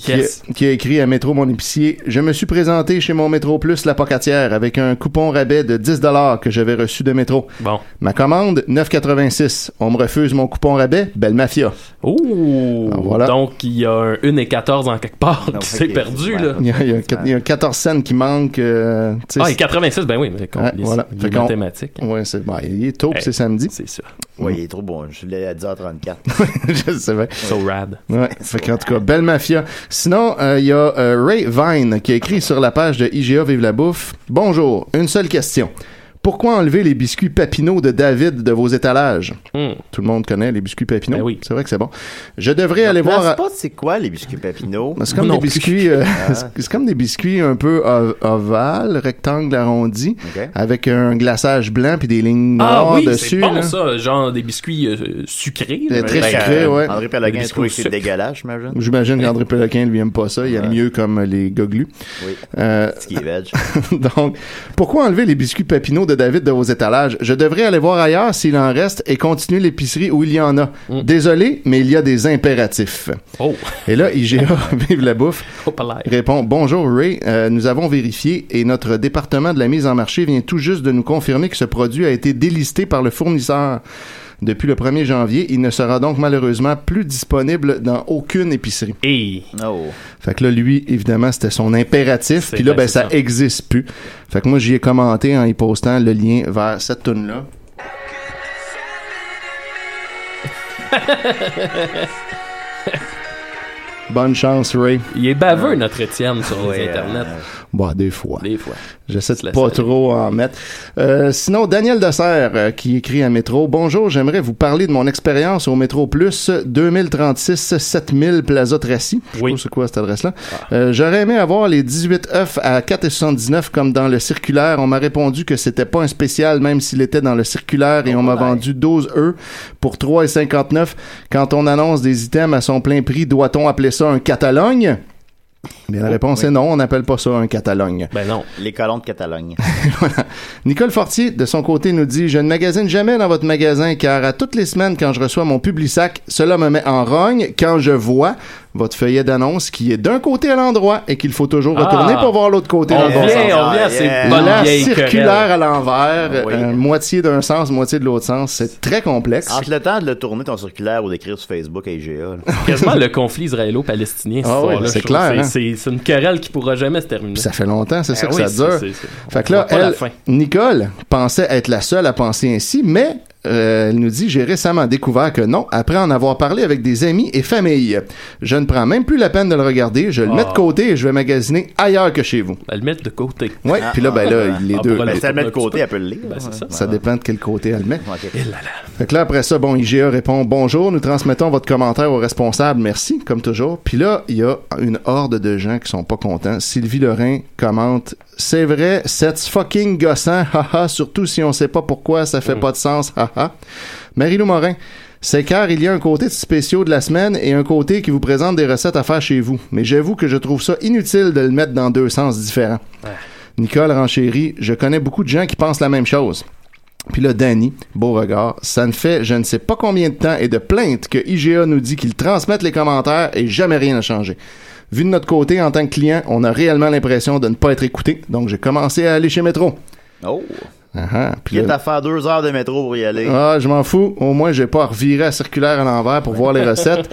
F: qui,
G: Yes.
F: a, qui a écrit à Métro Mon Épicier Je me suis présenté chez mon Métro Plus la pocatière avec un coupon rabais de 10$ que j'avais reçu de Métro.
G: Bon.
F: Ma commande 9,86. On me refuse mon coupon rabais Belle Mafia.
G: Ouh.
F: Alors, Ah, voilà.
G: Donc, il y a un 1 et 14 en quelque part
D: Non,
G: qui s'est
D: ok.
G: perdu,
D: Ouais.
G: là.
F: Il y a, il y a quat- il y a 14 cents qui manquent. euh, tu sais,
G: Ah, et 86, ben oui, mais qu'on
F: Ouais,
G: les,
F: voilà.
G: les
F: Fait qu'on-
G: mathématiques.
F: Ouais, c'est bon, il est tôt, puis
G: Hey.
F: c'est samedi.
G: C'est ça.
F: Mm.
D: Ouais, il est trop bon. Je l'ai à 10h34.
F: je sais bien.
G: So rad.
F: Ouais, fait qu'en tout cas, belle mafia. Sinon, euh, il y a euh, Ray Vine qui a écrit sur la page de IGA Vive la bouffe. Bonjour, une seule question. Pourquoi enlever les biscuits Papineau de David de vos étalages
G: Hmm.
F: Tout le monde connaît les biscuits Papineau.
G: Ben oui.
F: C'est vrai que c'est bon. Je devrais aller
D: Je
F: voir. euh,
D: sais
F: à- Ah,
D: pas c'est quoi les biscuits Papineau.
F: C'est comme
G: Non
F: des
G: plus. Ah.
F: biscuits. euh, c'est- c'est comme des biscuits un peu o- ovales, rectangles arrondis,
D: Ok.
F: avec un glaçage blanc puis des lignes
G: Ah
F: noires
G: oui, c'est
F: dessus.
G: bon
F: là.
G: ça, genre des biscuits euh, sucrés.
F: Des
G: là.
F: très
G: Ben,
F: sucrés,
G: euh,
F: ouais.
D: André
G: Les
D: Pellegrin
G: biscuits
D: trouve
G: au
D: que c'est
G: sucre.
D: dégueulasse, j'imagine.
F: J'imagine qu'André Péloquin, lui, aime pas ça. Il aime mieux comme les goglus.
D: Oui.
F: Euh,
D: Ce qui est veg.
F: Donc, pourquoi enlever les biscuits Papineau de David de vos étalages? Je devrais aller voir ailleurs s'il en reste et continuer l'épicerie où il y en a. Désolé, mais il y a des impératifs.
G: Oh,
F: Et là, IGA, vive la bouffe,
G: oh, pas l'air.
F: répond Bonjour Ray, Euh, nous avons vérifié et notre département de la mise en marché vient tout juste de nous confirmer que ce produit a été délisté par le fournisseur. Depuis le 1er janvier, il ne sera donc malheureusement plus disponible dans aucune épicerie.
G: Et
D: Oh.
F: Fait que là, lui, évidemment, c'était son impératif.
G: C'est
F: Puis là,
G: bien,
F: ben,
G: c'est
F: ça
G: ça.
F: existe plus. Fait que moi, j'y ai commenté en y postant le lien vers cette tune-là. Bonne chance, Ray.
G: il est baveux, notre Étienne, sur les
D: Ah. Ouais,
G: internets,
D: euh,
F: Bah, des fois.
G: des fois.
F: J'essaie de
G: se la
F: pas
G: saler.
F: trop en mettre. Euh, sinon, Daniel Dessert, euh, qui écrit à Métro. Bonjour, j'aimerais vous parler de mon expérience au Métro Plus 2036 7000 Plaza Tracy. Je sais
G: Oui. Ah.
F: pas c'est quoi cette adresse-là. Euh, J'aurais aimé avoir les 18 œufs à 4,79 comme dans le circulaire. On m'a répondu que c'était pas un spécial, même s'il était dans le circulaire,
G: Oh
F: et on m'a vendu 12 œufs pour 3,59. Quand on annonce des items à son plein prix, doit-on appeler ça un Catalogne? Bien,
G: Oh,
F: la réponse est non, on n'appelle pas ça un Catalogne.
G: Ben non.
D: Les colons de Catalogne.
F: Nicole Fortier, de son côté, nous dit Je ne magasine jamais dans votre magasin car à toutes les semaines, quand je reçois mon public sac, cela me met en rogne quand je vois votre feuillet d'annonce qui est d'un côté à l'endroit et qu'il faut toujours
G: Ah.
F: retourner pour voir l'autre côté dans
G: On
F: le bon
G: vient, Ah
F: sens.
G: on vient à
D: Ah,
G: ces
D: yeah.
G: bonnes
F: La
G: vieilles querelles.
F: circulaire à l'envers,
D: Oui.
F: euh, moitié d'un sens, moitié de l'autre sens, c'est très complexe.
G: Ah,
D: Entre le temps de le tourner ton circulaire ou d'écrire sur Facebook à IGA. là.
G: Quasiment le conflit israélo-palestinien. cette
F: Ah oui,
G: histoire-là,
F: c'est
G: je trouve.
F: clair, hein.
G: C'est c'est une querelle qui pourra jamais se terminer.
F: Puis ça fait longtemps, c'est ça
G: Ben
F: que
G: oui,
F: ça dure.
G: c'est- c'est-
F: Fait que
G: on
F: là,
G: voit pas la
F: elle,
G: fin.
F: Nicole pensait être la seule à penser ainsi, mais euh, elle nous dit j'ai récemment découvert que non, après en avoir parlé avec des amis et famille. Je ne prends même plus la peine de le regarder, je le
G: Ah.
F: mets de côté et je vais magasiner ailleurs que chez vous.
G: Elle Ben, le met de côté.
F: Ouais, puis là ben là
D: ah,
F: les
G: ah,
F: deux
G: pour
D: Ben, si elle le met de
G: tourne un
D: côté,
G: petit
D: elle peut le lire. hein.
G: Ben, c'est ça.
F: ça dépend de quel côté elle le met.
D: Ok.
F: Fait que là, après ça, bon, IGA répond Bonjour, nous transmettons votre commentaire aux responsables, merci, comme toujours. Puis là, il y a une horde de gens qui sont pas contents. Sylvie Lorrain commente C'est vrai, c'est fucking gossant, haha, surtout si on sait pas pourquoi ça fait pas de sens, haha. Marie-Lou Morin c'est car il y a un côté spéciaux de la semaine et un côté qui vous présente des recettes à faire chez vous. Mais j'avoue que je trouve ça inutile de le mettre dans deux sens différents. Nicole Ranchéry, je connais beaucoup de gens qui pensent la même chose. Puis là, Danny, beau regard, ça ne fait je ne sais pas combien de temps et de plaintes que IGA nous dit qu'ils transmettent les commentaires et jamais rien n'a changé. Vu de notre côté, en tant que client, on a réellement l'impression de ne pas être écouté, donc j'ai commencé à aller chez Métro.
D: Oh.
F: Ah ah, puis
D: Quitte
F: là-
D: à faire deux heures de métro pour y aller.
F: ah, je m'en fous. Au moins, j'ai pas à revirer à circulaire à l'envers pour voir les recettes.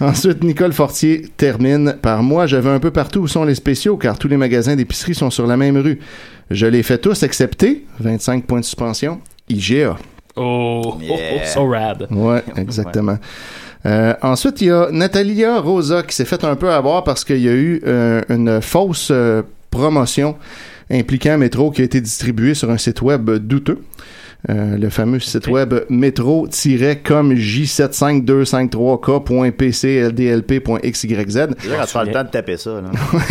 F: Ensuite, Nicole Fortier termine par moi. J'avais un peu partout où sont les spéciaux, car tous les magasins d'épicerie sont sur la même rue. Je les fais tous, excepté 25 points de suspension. IGA.
G: Oh, oh, oh,
D: Yeah.
G: so rad.
F: Ouais, exactement. Euh, ensuite, il y a Natalia Rosa qui s'est fait un peu avoir parce qu'il y a eu euh, une fausse euh, promotion impliquant Métro qui a été distribuée sur un site web douteux. Euh, le fameux site web métro-comme j75253k.pcldlp.xyz.
D: C'est sûr, quand tu prends le temps de taper ça. Là.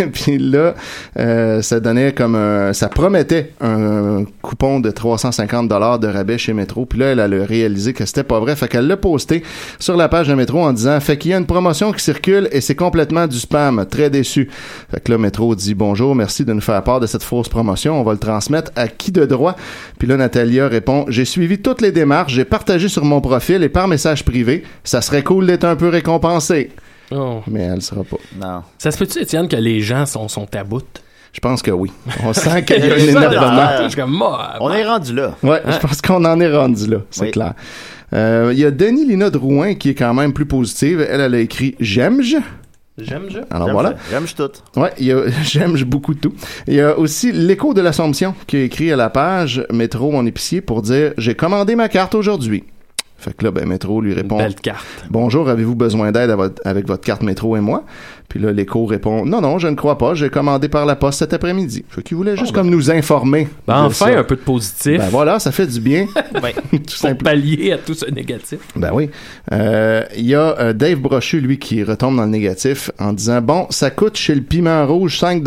F: Puis là, euh, ça donnait comme un- ça promettait un coupon de 350 dollars de rabais chez Métro. Puis là, elle a le réalisé que c'était pas vrai. Fait qu'elle l'a posté sur la page de Métro en disant fait qu'il y a une promotion qui circule et c'est complètement du spam. Très déçu. Fait que là, Métro dit bonjour, merci de nous faire part de cette fausse promotion. On va le transmettre à qui de droit. Puis là, Natalia répond Bon, j'ai suivi toutes les démarches, j'ai partagé sur mon profil et par message privé. Ça serait cool d'être un peu récompensé.
G: Oh.
F: Mais elle ne sera pas.
D: Non.
G: Ça se peut-tu, Étienne, que les gens sont, sont à bout?
F: Je pense que oui. On sent qu'il y a
G: Ça,
F: un énervement.
G: là, je suis comme, moi,
D: On est rendu là.
F: Ouais, je pense qu'on en est rendu là, c'est
D: Oui.
F: clair. Euh, Il y a Denis Lina Drouin qui est quand même plus positive. Elle, elle a écrit J'aime, je.
G: J'aime, j'aime.
F: Alors
D: J'aime
F: Ah, voilà.
D: ça. J'aime je tout.
F: Ouais, il y a j'aime beaucoup tout. Il y a aussi l'écho de l'Assomption qui a écrit à la page Métro mon épicier pour dire j'ai commandé ma carte aujourd'hui. Fait que là ben Métro lui
G: Une
F: répond
G: belle carte.
F: Bonjour, avez-vous besoin d'aide à votre- avec votre carte Métro et moi Puis là l'écho répond Non non, je ne crois pas, j'ai commandé par la poste cet après-midi. Fait qu'il voulait juste comme nous informer.
G: Ben,
F: de
G: enfin,
F: ça.
G: un peu de positif.
F: Ben voilà, ça fait du bien. tout
G: Ben, pour
F: simplement.
G: pallier à tout ce négatif.
F: Ben oui. Euh, Il y a euh, Dave Brochu, lui, qui retombe dans le négatif en disant Bon, ça coûte chez le piment rouge 5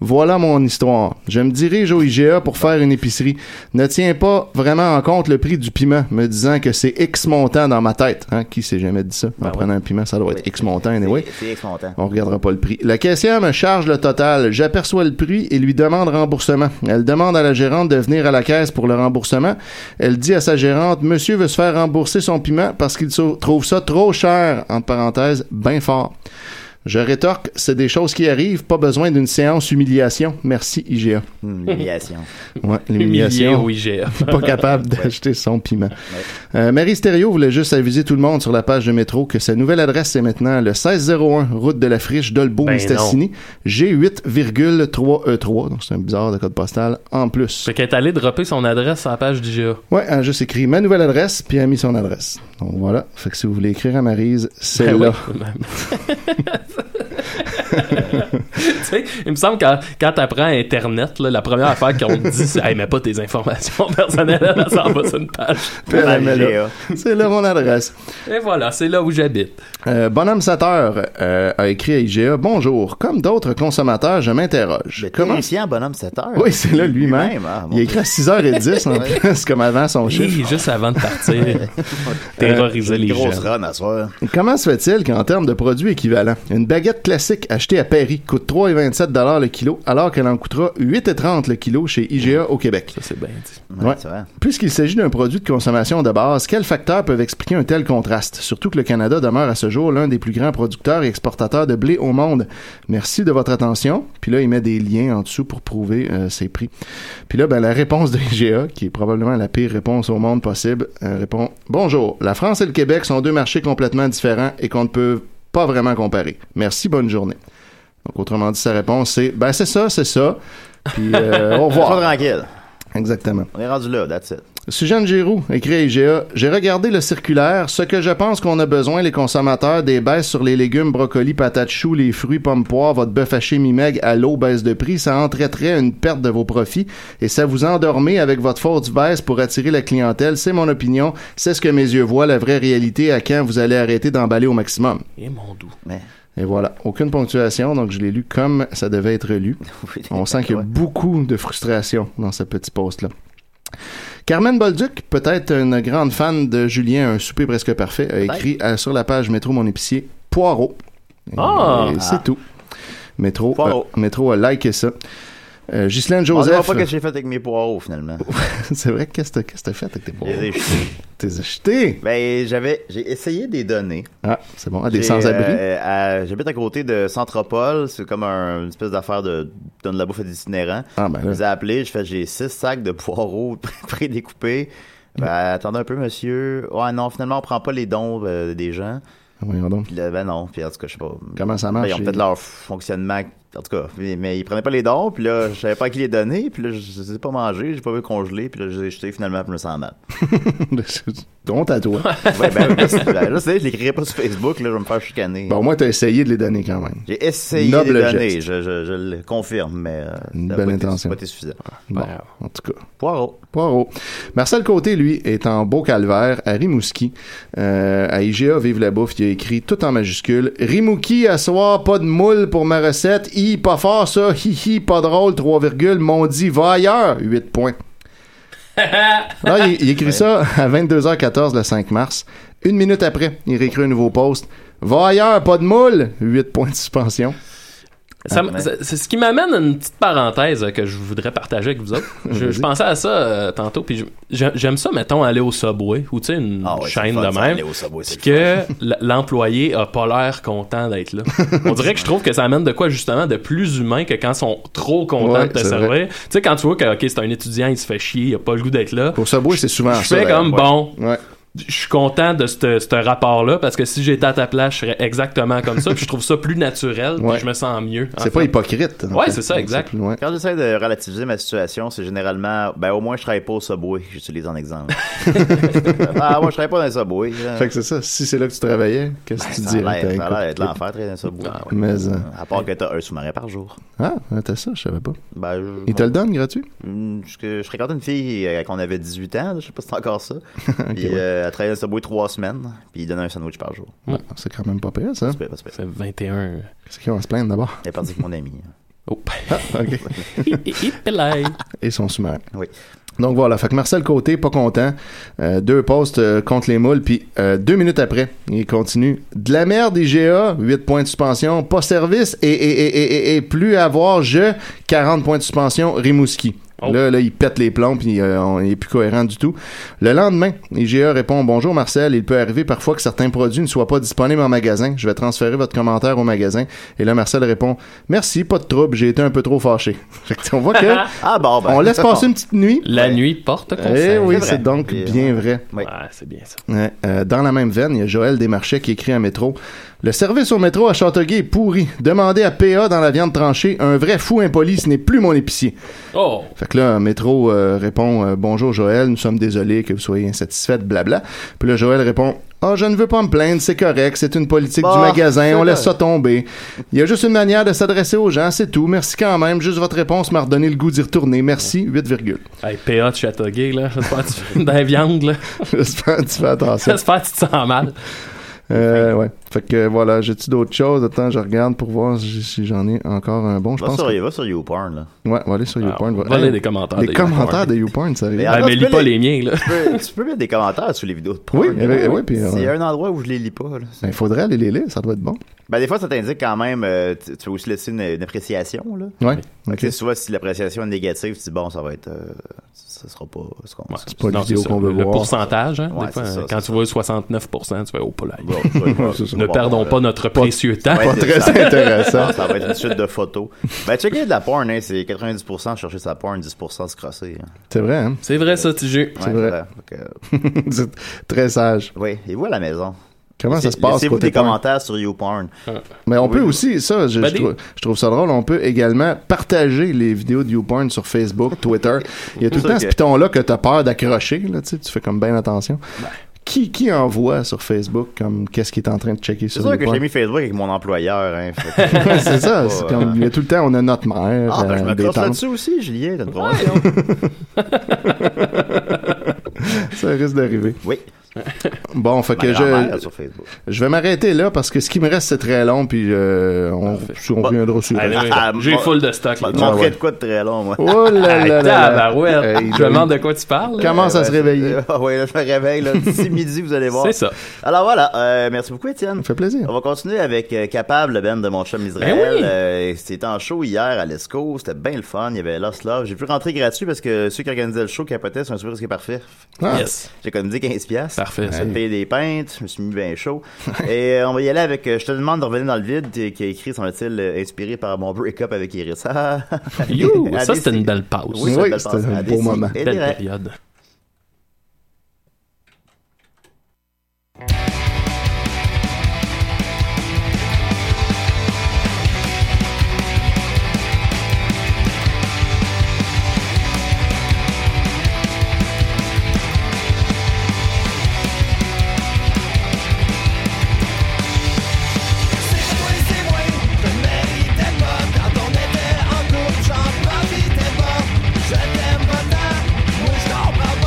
F: Voilà mon histoire. Je me dirige au IGA pour faire une épicerie. Ne tiens pas vraiment en compte le prix du piment, me disant que c'est X montant dans ma tête. Hein, qui s'est jamais dit ça En
G: Ben ouais.
F: prenant un piment, ça doit être X montant, anyway.
D: C'est- C'est exmontant.
F: On regardera pas le prix. La caissière me charge le total. J'aperçois le prix et lui demande remboursement. Elle demande à la gérante de venir à la caisse pour le remboursement. Elle dit à sa gérante, Monsieur veut se faire rembourser son piment parce qu'il se- trouve ça trop cher. Entre parenthèses, ben fort. Je rétorque, c'est des choses qui arrivent, pas besoin d'une séance humiliation. Merci IGA.
D: Une humiliation.
F: Ouais,
G: Humilié
F: l'humiliation
G: au IGA.
F: pas capable d'acheter son piment. Euh, Mary Stério voulait juste aviser tout le monde sur la page de métro que sa nouvelle adresse est maintenant le 1601 route de la Friche
G: Ben
F: Dolbeau-Mistassini, G8,3E3. E Donc c'est un bizarre de code postal en plus.
G: Fait qu'elle est allée dropper son adresse à la page d'IGA.
F: Ouais, elle a juste écrit ma nouvelle adresse puis elle a mis son adresse. Donc voilà, fait que si vous voulez écrire à Maryse, c'est
G: Ben
F: là.
G: oui. tu sais, il me semble que quand t'apprends Internet, là, la première affaire qu'on te dit, c'est Hey, mets pas tes informations personnelles, là, ça en va sur une page.
F: Puis elle la met là.
D: IGA.
F: C'est là mon adresse.
G: Et voilà, c'est là où j'habite.
F: Euh, Bonhomme Sateur euh, a écrit à IGA Bonjour, comme d'autres consommateurs, je m'interroge.
G: Ben,
D: Mais comment fier bonhomme 7 heures?
F: Oui, c'est là lui-même.
D: ah, mon
F: il a
D: Dieu.
F: écrit à 6h10 en plus, comme avant son
G: Hey,
F: chiffre.
G: juste avant de partir, terroriser les gens.
D: Grosse run à soir.
F: Comment se fait-il qu'en termes de produits équivalents, une baguette classique achetée à Paris coûte 3,27 le kilo, alors qu'elle en coûtera 8,30 le kilo chez IGA au Québec?
G: Ça, c'est bien dit.
F: Ouais.
D: C'est vrai.
F: Puisqu'il s'agit d'un produit de consommation de base, quels facteurs peuvent expliquer un tel contraste? Surtout que le Canada demeure à ce jour l'un des plus grands producteurs et exportateurs de blé au monde. Merci de votre attention. Puis là, il met des liens en dessous pour prouver euh, ses prix. Puis là, ben, la réponse de IGA, qui est probablement la pire réponse au monde possible, euh, répond Bonjour, la France et le Québec sont deux marchés complètement différents et qu'on ne peut pas vraiment comparer. Merci, bonne journée. Donc, autrement dit, sa réponse, c'est Ben, c'est ça, c'est ça. Puis euh, au
D: Sois
F: revoir.
D: tranquille.
F: Exactement.
D: On est rendu là, that's it.
F: Suzanne Giroux, écrit à IGA, j'ai regardé le circulaire, ce que je pense qu'on a besoin les consommateurs des baisses sur les légumes, brocolis, patates choux, les fruits, pommes poires, votre bœuf haché mi-meg à l'eau baisse de prix, ça entraînerait une perte de vos profits et ça vous endormez avec votre fausse baisse pour attirer la clientèle, c'est mon opinion, c'est ce que mes yeux voient, la vraie réalité à quand vous allez arrêter d'emballer au maximum.
G: Et mon doux.
D: Mais,
F: Et voilà, aucune ponctuation, donc je l'ai lu comme ça devait être lu.
D: oui,
F: On sent qu'il y a
D: ouais.
F: beaucoup de frustration dans ce petit post-là. Carmen Bolduc, peut-être une grande fan de Julien Un souper presque parfait, a écrit euh, sur la page Métro Mon épicier Poirot. Et
G: Ah!
F: c'est tout. Métro,
D: Poirot.
F: euh, Métro a liké ça. Euh, Ghislaine
D: On ne
F: Joseph,
D: pas ce que j'ai fait avec mes poireaux, finalement.
F: c'est vrai, qu'est-ce que t'as- qu'est-ce que t'as fait avec
D: Je
F: tes
D: les
F: poireaux?
D: ai jetés.
F: T'es acheté!
D: Ben, j'avais, j'ai essayé des données.
F: Ah, c'est bon, à des
D: J'ai,
F: sans-abri.
D: euh, à- J'habite à côté de Centropole. C'est comme un- une espèce d'affaire de donne de la bouffe à des itinérants.
F: Ah, ben
D: Je
F: là.
D: les ai appelés. Je fais, j'ai six sacs de poireaux prédécoupés. Ben, attendez un peu, monsieur. Ouais, non, finalement, on prend pas les dons euh, des gens.
F: Voyons donc.
D: Puis là, ben non. Puis en tout cas, je sais pas.
F: Comment ça marche?
D: Ben, ils ont
F: les-
D: peut-être leur fonctionnement. En tout cas, mais, mais ils prenaient pas les dons. Puis là, je savais pas à qui les donner. Puis là, je je les ai pas mangés. J'ai pas vu congeler. Puis là, je les ai jetés finalement. Puis je me sens mal.
F: Honte à toi.
D: Ouais, ben, là, c'est- ben, là, c'est- je l'écrirai pas sur Facebook. Là, je vais me faire chicaner.
F: Bon, au moins, t'as essayé de les donner quand même.
D: J'ai essayé
F: Noble
D: de donner,
F: geste.
D: je, je, je le confirme, mais euh,
F: Une
D: ça a
F: belle
D: pas été-
F: intention.
D: pas été suffisant.
F: Bon,
G: Wow.
F: en tout cas.
D: Poirot.
F: Poirot. Marcel Côté, lui, est en beau calvaire à Rimouski. Euh, à IGA, Vive la bouffe, il a écrit tout en majuscule. Rimouki, à soir, pas de moule pour ma recette. Hi, pas fort ça. Hi, hi, pas drôle. 3 virgules. Mon dit, va ailleurs. 8 points. Là, il, il écrit ça à 22h14 le 5 mars. Une minute après, il réécrit un nouveau post. Va ailleurs, pas de moule. 8 points de suspension.
G: Ça
D: Ouais.
G: m- ça- C'est ce qui m'amène à une petite parenthèse euh, que je voudrais partager avec vous autres. Je, je
F: Vas-y.
G: pensais à ça euh, tantôt, puis je- j'ai- j'aime ça, mettons, aller au Subway, ou tu sais, une
D: Ah ouais, c'est
G: chaîne
D: le fun,
G: de
D: ça,
G: même,
D: aller au Subway,
G: puis
D: c'est
G: que l- l'employé a pas l'air content d'être là. On dirait que je trouve que ça amène de quoi, justement, de plus humain que quand ils sont trop contents
F: Ouais,
G: de te
F: c'est vrai.
G: servir. Tu sais, quand tu vois que, OK, c'est un étudiant, il se fait chier, il a pas le goût d'être là.
F: Pour Subway, c'est souvent
G: Je
F: ça.
G: fais
F: d'ailleurs.
G: comme, bon,
F: Ouais.
G: je suis content de ce ce rapport-là parce que si j'étais à ta place, je serais exactement comme ça. puis je trouve ça plus naturel, puis
F: Ouais.
G: je me sens mieux. en
F: C'est pas
G: fait.
F: hypocrite. en
G: Ouais,
F: fait.
G: c'est ça, exact.
F: plus loin.
D: Quand j'essaie de relativiser ma situation, c'est généralement, ben au moins je travaille pas au Subway, j'utilise en exemple. ah, moi je travaille pas dans hein. un Subway. là.
F: Fait que c'est ça. Si c'est là que tu travaillais, qu'est-ce que tu
D: Ah. Ben, ça a
F: dirais?
D: l'air
F: T'as
D: ça a l'air d'être
F: écouté-
D: l'enfer, travailler dans un Subway.
F: Mais, euh,
D: À part que t'as un sous-marin par jour.
F: Ah, t'as ça, je savais pas.
D: Ben, je,
F: Ils te le donnent gratuit?
D: Hmm, je, je fréquentais une fille euh, quand on avait 18 ans, là, je sais pas si c'est encore ça. puis euh, elle travaillait dans un Subway trois semaines, puis il donnait un sandwich par jour.
F: Ah, C'est quand même pas pire, ça.
D: C'est pas- c'est pas-
G: C'est 21.
F: C'est qu'ils vont se plaindre d'abord.
D: Elle est partie avec mon ami. hein.
G: Oh.
F: OK.
G: Pelay.
F: Et son sous-marin.
D: Oui.
F: Donc voilà, fait que Marcel Côté, pas content. Euh, deux postes euh, contre les moules, puis euh, deux minutes après, il continue. De la merde, IGA, 8 points de suspension, pas service, et, et, et, et, et- et plus avoir je, 40 points de suspension, Rimouski.
G: Oh.
F: Là, là, il pète les plombs, puis euh, on- il est plus cohérent du tout. Le lendemain, IGA répond Bonjour Marcel, il peut arriver parfois que certains produits ne soient pas disponibles en magasin. Je vais transférer votre commentaire au magasin. Et là, Marcel répond Merci, pas de trouble, j'ai été un peu trop fâché. Fait que on voit que
D: Ah bon, ben,
F: on laisse passer une petite nuit.
G: La nuit porte conseil.
F: Eh oui,
D: C'est vrai.
F: c'est donc
D: Et, euh,
F: bien vrai.
D: Oui.
G: Ah, c'est bien ça.
F: Ouais. Euh, dans la même veine, il y a Joël Desmarchais qui écrit à Métro. Le service au métro à Châteauguay est pourri. Demandez à PA dans la viande tranchée. Un vrai fou impoli, ce n'est plus mon épicier.
G: Oh!
F: Fait que là, Métro euh, répond euh, Bonjour Joël, nous sommes désolés que vous soyez insatisfaite, blabla. Puis là, Joël répond Ah, je ne veux pas me plaindre, c'est correct, c'est une politique
D: Bah,
F: du magasin,
D: c'est
F: on
D: là.
F: laisse ça tomber. Il y a juste une manière de s'adresser aux gens, c'est tout. Merci quand même, juste votre réponse m'a redonné le goût d'y retourner. Merci, 8, virgule.
G: Hey, PA de Châteauguay, là. J'espère que tu fais dans la viande, là.
F: J'espère que tu fais attention.
G: J'espère que tu te sens mal.
F: Euh, ouais. Fait que voilà, j'ai-tu d'autres choses? Attends, je regarde pour voir si si j'en ai encore un bon. Je
D: Va
F: pense.
D: sur,
F: que-
D: va sur YouPorn, là.
F: Ouais, va aller sur YouPorn.
G: on
F: Ah, va-
G: va
F: Hey,
G: lire des commentaires.
F: les
G: d'ailleurs.
F: commentaires de YouPorn, sérieux.
D: Mais
G: Ah,
D: Ah,
G: mais
D: tu
G: lis
D: peux
G: pas les
D: les-
G: miens, là.
D: Tu peux, tu peux mettre des commentaires sous les vidéos de porn.
F: Oui, avec- oui, puis,
D: S'il y a
F: euh,
D: un endroit où je les lis pas, là.
F: Il Ben, faudrait aller les lire, ça doit être bon.
D: Ben, des fois, ça t'indique quand même, euh, tu, tu peux aussi laisser une, une appréciation, là.
F: Ouais.
D: Fait
F: ok.
D: que, tu sais, souvent, si l'appréciation est négative, tu dis, bon, ça va être, euh, ça sera pas ce qu'on
G: Ouais,
F: pas le
G: non,
F: vidéo
G: c'est ça.
F: qu'on veut
G: Le
F: voir.
G: pourcentage, hein,
D: Ouais,
G: des fois,
D: c'est ça,
G: quand
D: c'est
G: tu vois 69%, tu fais au polaire.
D: Bon, ça va être pas-
F: C'est ça.
G: Ne
D: bon,
G: perdons
D: euh,
G: pas notre précieux temps.
D: ouais,
F: Pas
D: c'est
F: très
D: ça.
F: intéressant.
D: Non, ça va être une suite de photos. Ben, checker de la porn, hein, c'est 90% chercher sa porn, 10% se crosser. hein.
F: C'est vrai, hein?
G: C'est vrai, ça, Tiju.
F: C'est vrai.
D: ça. Fait que,
F: Vous êtes très sage.
D: oui, et vous à la maison.
F: Comment ça se passe
D: Laissez-vous
F: côté
D: des
F: porn?
D: commentaires sur YouPorn.
F: Mais on peut aussi, ça, je,
G: Ben,
F: je
G: des-
F: trouve, je trouve ça drôle, on peut également partager les vidéos de YouPorn sur Facebook, Twitter. Il y a tout le
D: C'est
F: temps
D: sûr
F: ce
D: que-
F: piton-là que t'as peur d'accrocher, là, tu sais, tu fais comme bien attention.
D: Ben.
F: Qui, qui envoie sur Facebook comme qu'est-ce qu'il est en train de checker
D: C'est
F: sur
D: sûr que
F: YouPorn?
D: j'ai mis Facebook avec mon employeur. Hein, fait que-
F: c'est ça, c'est
D: Ouais.
F: comme, il y a tout le temps, on a notre mère,
D: Ah, ben, je
F: euh,
D: me
F: des
D: crosse
F: tantes.
D: là-dessus aussi, Julien. t'as une promotion.
F: Ça risque d'arriver.
D: Oui,
F: Bon, fait
D: ma
F: que
D: grand-mère
F: je,
D: sur Facebook.
F: je vais m'arrêter là parce que ce qui me reste, c'est très long, puis euh, on, on reviendra sur le
G: Allez,
F: reste.
D: Ah,
G: J'ai
D: bon.
G: full de stock.
D: Je
G: là.
D: vais te
F: Ah,
D: montrer
F: ouais.
D: de quoi de très long, moi.
F: Oh là là là
G: Ah,
F: là!
G: barouette.
F: Hey,
G: Je me demande de quoi tu parles. euh, là.
F: Commence à se
D: Ouais,
F: réveiller.
D: c'est- Ah oui, là, je me réveille. là. D'ici midi, vous allez voir.
G: C'est ça.
D: Alors voilà, euh, merci beaucoup, Étienne.
F: Ça me fait plaisir.
D: On va continuer avec euh, Capable, le band de mon chum Israël.
G: Ben oui.
D: Euh, c'était en show hier à l'ESCO, c'était bien le fun, il y avait Lost Love. J'ai pu rentrer gratuit parce que ceux qui organisaient le show capotaient sur un super qui est parfait.
F: Ah,
G: Yes.
D: J'ai comme dit 15 pièces.
G: Parfait, ça.
D: J'ai payé des peintes, je me suis mis bien chaud. Et euh, on va y aller avec euh, Je te demande de revenir dans le vide qui qui a écrit, semble-t-il, euh, inspiré par mon break-up avec Iris. Ah, ah, ah.
G: You,
D: À
G: ça,
D: des-
G: c'était une belle pause.
D: Oui, c'est
F: Oui,
D: une belle
F: c'était
D: pensée.
F: un
D: À
F: beau
D: des-
F: moment.
D: et des
G: Belle
D: rêves.
G: période.
H: Quand on était en couple, j'en profitais pas. Je t'aime pas tant, moi je t'en parle